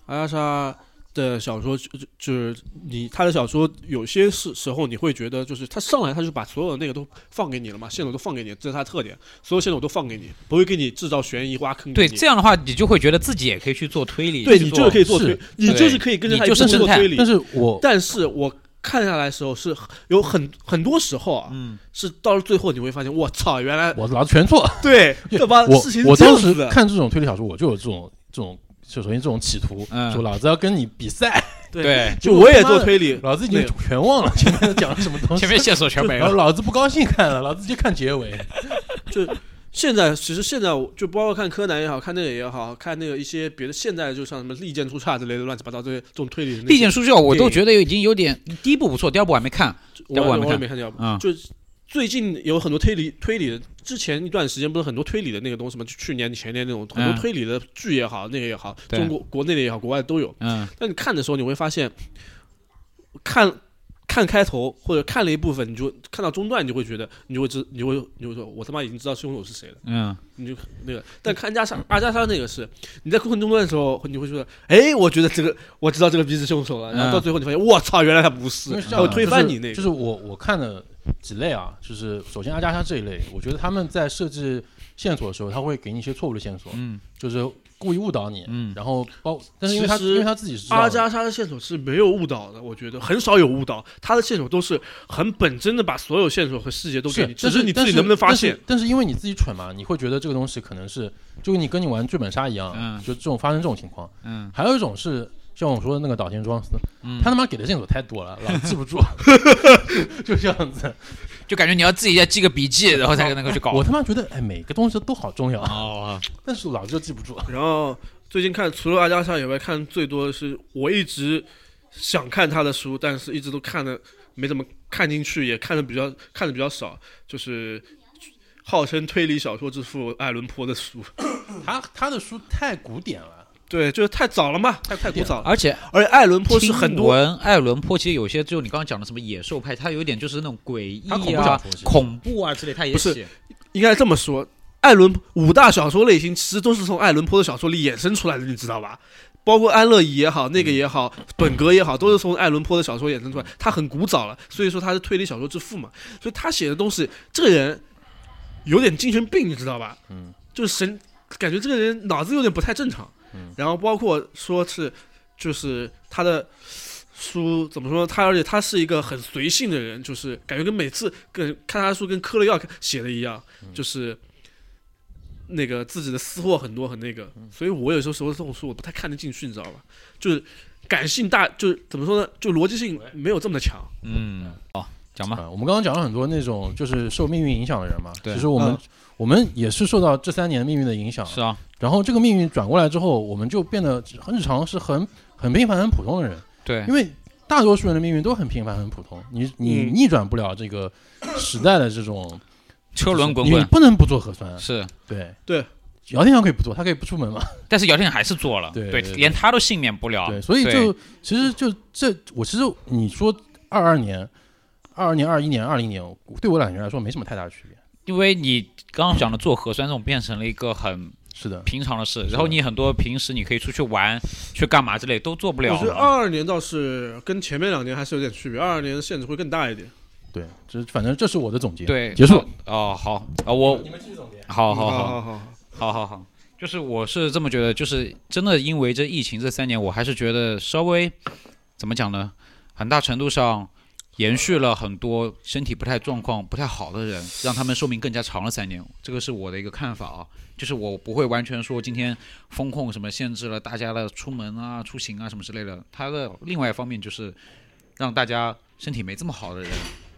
阿加莎的小说就就就是你他的小说有些时时候你会觉得就是他上来他就把所有的那个都放给你了嘛，线索都放给你，这是他的特点，所有线索都放给你，不会给你制造悬疑挖坑对，给你。这样的话你就会觉得自己也可以去做推理，对去你做就是可以做是推，你对就是可以跟着他你一就是起做侦探推理但。是我但是我看下来的时候是有很很多时候啊，嗯是到了最后你会发现，我操，原来我老子全错，对这帮我啊事情我是这当样时子的，看这种推理小说，我就有这种这种，就首先这种企图，嗯说老子要跟你比赛，对，就我也做推理，老子已经全忘了前面讲了什么东西前，面线索全没然后了，老子不高兴看了，老子就看结尾。就现在，其实现在我就包括看柯南也好看那个也好看那个一些别的，现在就像什么利剑出鞘之类的乱七八糟这些这种推理的那些，利剑出鞘我都对觉得已经有点，第一部不错，第二部还没看，我我还没我也看没看掉，嗯就最近有很多推理推理的，之前一段时间不是很多推理的那个东西嘛，就去年前年那种很嗯多推理的剧也好，那个也好，对中国国内的也好，国外都有。嗯但你看的时候，你会发现，看看开头或者看了一部分，你就看到中段，你就会觉得，你就会知，你就会你就会说，我他妈已经知道凶手是谁了。嗯，你就那个，但看阿加莎阿加莎那个是，你在困中断的时候，你会觉得，哎，我觉得这个我知道这个逼是凶手了，然后到最后你发现，我操，原来他不嗯是因为，是这样然后的啊推翻你那就个，是我我看了几类啊，就是首先阿加莎这一类，我觉得他们在设置线索的时候，他会给你一些错误的线索，嗯，就是故意误导你，嗯然后包，但是因为他其实因为他自己是知道的阿加莎的线索是没有误导的，我觉得很少有误导，她的线索都是很本真的把所有线索和细节都给是你，，只但是你自己能不能发现但是？但是因为你自己蠢嘛，你会觉得这个东西可能是，就跟你跟你玩剧本杀一样，嗯就这种发生这种情况。嗯，还有一种是像我说的那个岛田庄司，嗯他他妈给的线索太多了，老记不 住，就这样子。就感觉你要自己再记个笔记，然后才能够去搞。我他妈觉得，哎，每个东西都好重要，啊哦，但是 老子就记不住。然后最近看除了阿加莎以外，看最多的是我一直想看他的书，但是一直都看的没怎么看进去，也看的比较看的比较少，就是号称推理小说之父爱伦坡的书。他他的书太古典了，对，就是太早了嘛，太太太古古典早了。而且而且爱伦坡是听很多闻爱伦坡其实有些，就你刚刚讲的什么野兽派，它有点就是那种诡他恐异怖小啊说、是恐怖啊之类，他也不是写。应该这么说，艾伦五大小说类型其实都是从爱伦坡的小说里衍生出来的，你知道吧？包括安乐椅也好，那个也好，嗯本格也好，都是从爱伦坡的小说衍生出来。他很古早了，所以说他是推理小说之父嘛。所以他写的东西，这个人有点精神病，你知道吧？嗯，就是神，感觉这个人脑子有点不太正常。嗯，然后包括说是，就是他的书怎么说？他而且他是一个很随性的人，就是感觉跟每次跟看他的书跟嗑了药写的一样，就是那个自己的私货很多很那嗯个，所以我有时候时候这种书我不太看得进去，你知道吧？就是感性大，就是怎么说呢？就逻辑性没有这么的强。嗯，好，讲吧。啊，我们刚刚讲了很多那种就是受命运影响的人嘛，对其实我们嗯我们也是受到这三年命运的影响，是啊，然后这个命运转过来之后，我们就变得很日常，是很很平凡、很普通的人，对因，为大多数人的命运都很平凡、很普通，你你嗯逆转不了这个时代的这种车轮滚你滚不能不做核酸，是，对对。姚天阳可以不做，他可以不出门嘛？但是姚天还是做了，对对对连他都幸免不了。对，所以就其实就这，我其实你说二二年、二二年、二一年、二零年，对我两个人来说没什么太大的区别。因为你刚刚讲的做核酸这种变成了一个很是的，平常的事，的然后你很多平时你可以出去玩、去干嘛之类都做不我了觉得了。二二年倒是跟前面两年还是有点区别，二二年的限制会更大一点。对，这反正这是我的总结。对，结束。哦，好啊，我们继续总结。嗯好好好好。啊好好好，好好，就是我是这么觉得，就是真的因为这疫情这三年，我还是觉得稍微怎么讲呢，很大程度上延续了很多身体不太状况不太好的人，让他们寿命更加长了三年，这个是我的一个看法啊。就是我不会完全说今天风控什么限制了大家的出门啊、出行啊什么之类的，它的另外一方面就是让大家身体没这么好的人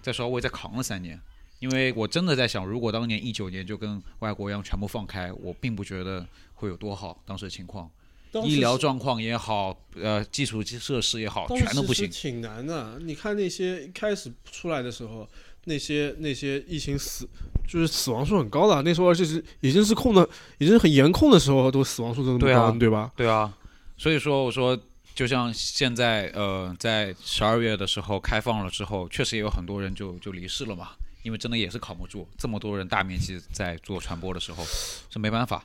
再稍微再扛了三年。因为我真的在想，如果当年一九年就跟外国一样全部放开，我并不觉得会有多好。当时的情况，医疗状况也好，呃，基础设施也好，当时全都不其实行。挺难的。你看那些一开始出来的时候，那些那些疫情死就是死亡数很高的，啊那时候而且是已经是控的，已经很严控的时候，都死亡数都那么对高，啊对吧？对啊，所以说我说，就像现在，呃，在十二月的时候开放了之后，确实也有很多人就就离世了嘛，因为真的也是扛不住这么多人大面积在做传播的时候，是没办法。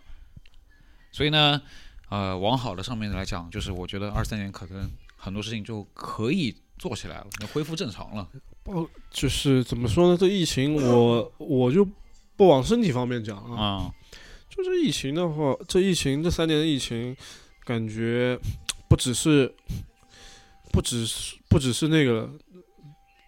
所以呢，呃，往好的上面来讲，就是我觉得二三年可能很多事情就可以做起来了，能恢复正常了。哦就是怎么说呢？这疫情我我就不往身体方面讲啊，嗯，就是疫情的话，这疫情这三年的疫情，感觉不只是不只是不只是那个了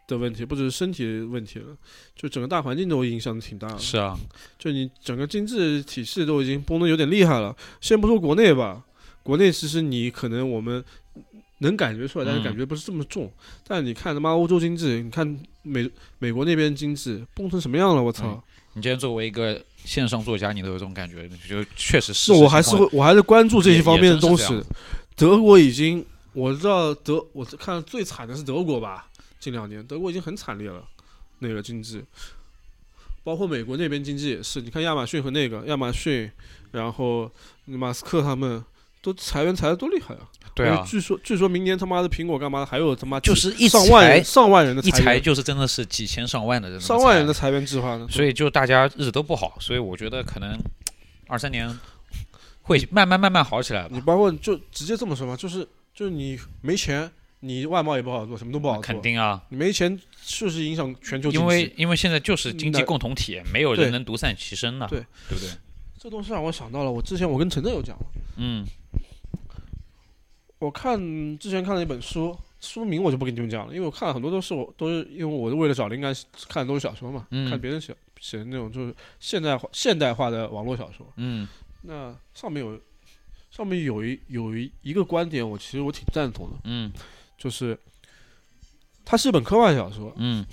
的问题，不只是身体的问题了，就整个大环境都影响的挺大的。是啊，就你整个经济体系都已经崩得有点厉害了。先不说国内吧，国内其实你可能我们能感觉出来，但是嗯感觉不是这么重。但你看他妈欧洲经济，你看美美国那边经济崩成什么样了，我操！你今天作为一个线上作家，你都有这种感觉，你就确实是。那我还是会，我还是关注这些方面的东也也西真是的。德国已经，我知道德，我看最惨的是德国吧，近两年德国已经很惨烈了，那个经济，包括美国那边经济也是。你看亚马逊和那个亚马逊，然后马斯克他们都裁员裁的多厉害啊！对啊而且，据说据说明年他妈的苹果干嘛的还有他妈就几是一上万裁人上万人的一裁员就是真的是几千上万的人，上万人的，裁员计划呢，所以就大家日子都不好，所以我觉得可能二三年会慢慢慢慢好起来吧你，包括就直接这么说嘛，就是就是你没钱，你外贸也不好做，什么都不好做。肯，定啊，你没钱就是影响全球经济。因为因为现在就是经济那共同体，没有人对能独善其身呐，对对不对？这东西让我想到了，我之前我跟陈正有讲过，嗯，我看之前看了一本书，书名我就不跟你们讲了，因为我看了很多都是我都是因为我是为了找灵感看的都是小说嘛，嗯看别人写写的那种就是现代化现代化的网络小说。嗯，那上面有上面有一有一一个观点，我其实我挺赞同的，嗯，就是它是一本科幻小说，嗯，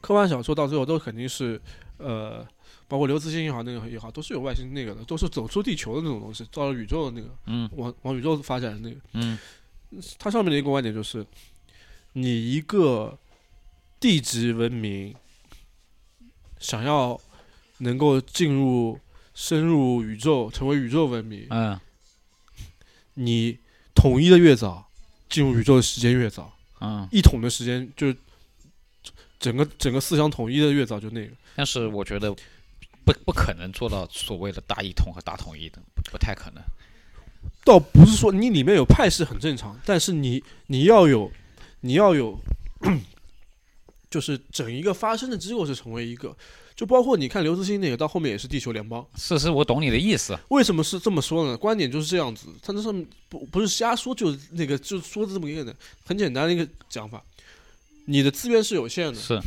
科幻小说到最后都肯定是，呃，包括刘慈欣也好，那个也好，都是有外星那个的，都是走出地球的那种东西，到了宇宙的那个，嗯，往往宇宙发展的那个。嗯，它上面的一个观点就是，你一个地级文明想要能够进入深入宇宙，成为宇宙文明，嗯你统一的越早，进入宇宙的时间越早，嗯，一统的时间就整个整个思想统一的越早就那个。但是我觉得不不可能做到所谓的大一统和大统一的，不不太可能。倒不是说你里面有派系很正常，但是你你要有你要有， 就是整一个发生的机构是成为一个，就包括你看刘慈欣那个到后面也是地球联邦，是是，我懂你的意思。为什么是这么说呢？观点就是这样子，他那上面不不是瞎说，就是那个就说这么一个的很简单的一个讲法，你的资源是有限的，是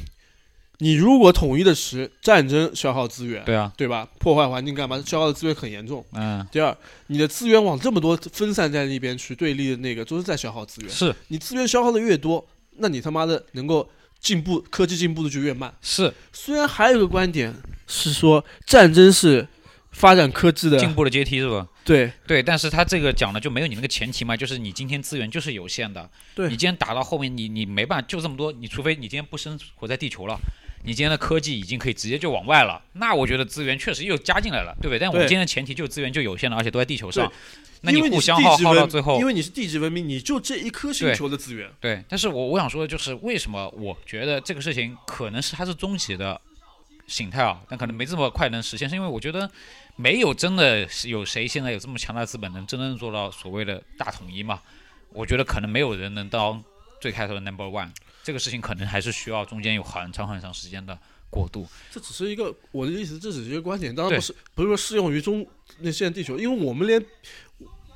你如果统一的时战争消耗资源，对啊，对吧？破坏环境干嘛？消耗的资源很严重。嗯，第二，你的资源往这么多分散在那边去，对立的那个都是在消耗资源。是你资源消耗的越多，那你他妈的能够进步，科技进步的就越慢。是，虽然还有一个观点是说，战争是发展科技进的，步的阶梯是吧？对对，但是他这个讲的就没有你那个前提嘛，就是你今天资源就是有限的，对你今天打到后面，你你没办法，就这么多，你除非你今天不生活在地球了，你今天的科技已经可以直接就往外了，那我觉得资源确实又加进来了，对不对？但我们对今天的前提就是资源就有限了，而且都在地球上对，那因为互是相地耗质耗到文最后因，为你是地质文明，你就这一颗星对球的资源。对。但是我我想说的就是，为什么我觉得这个事情可能是它是终极的形态啊，但可能没这么快能实现，是因为我觉得没有真的是有谁现在有这么强大的资本能真正做到所谓的大统一嘛？我觉得可能没有人能当最开头的 number one，这个事情可能还是需要中间有很长很长时间的过渡。这只是一个我的意思，这只是一个观点，当对然不是不是说适用于中那现在地球，因为我们连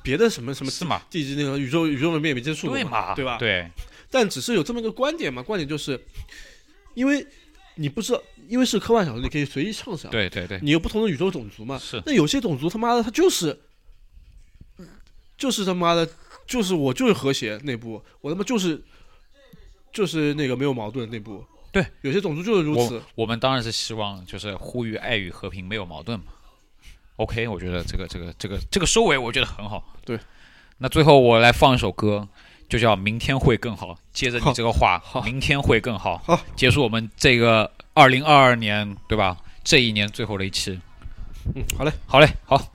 别的什么什么是吗地质那个宇宙宇宙文明也没接触过对嘛？对吧？对，但只是有这么一个观点嘛，观点就是，因为你不知道，因为是科幻小说，你可以随意畅想，对对对，你有不同的宇宙种族嘛，是那有些种族他妈的他就是，就是他妈的，就是我就是和谐内部，我他妈就是就是那个没有矛盾内部，对，有些种族就是如此我，我们当然是希望就是呼吁爱与和平，没有矛盾嘛。OK，我觉得这个这个这个这个收尾我觉得很好。对，那最后我来放一首歌，就叫《明天会更好》。接着你好这个话好，明天会更好。好，结束我们这个二零二二年，对吧？这一年最后的一期。嗯，好嘞。好嘞，好。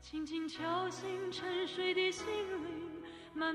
轻轻敲醒沉睡的心灵，慢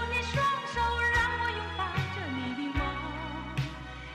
你双手，让我拥抱着你的梦，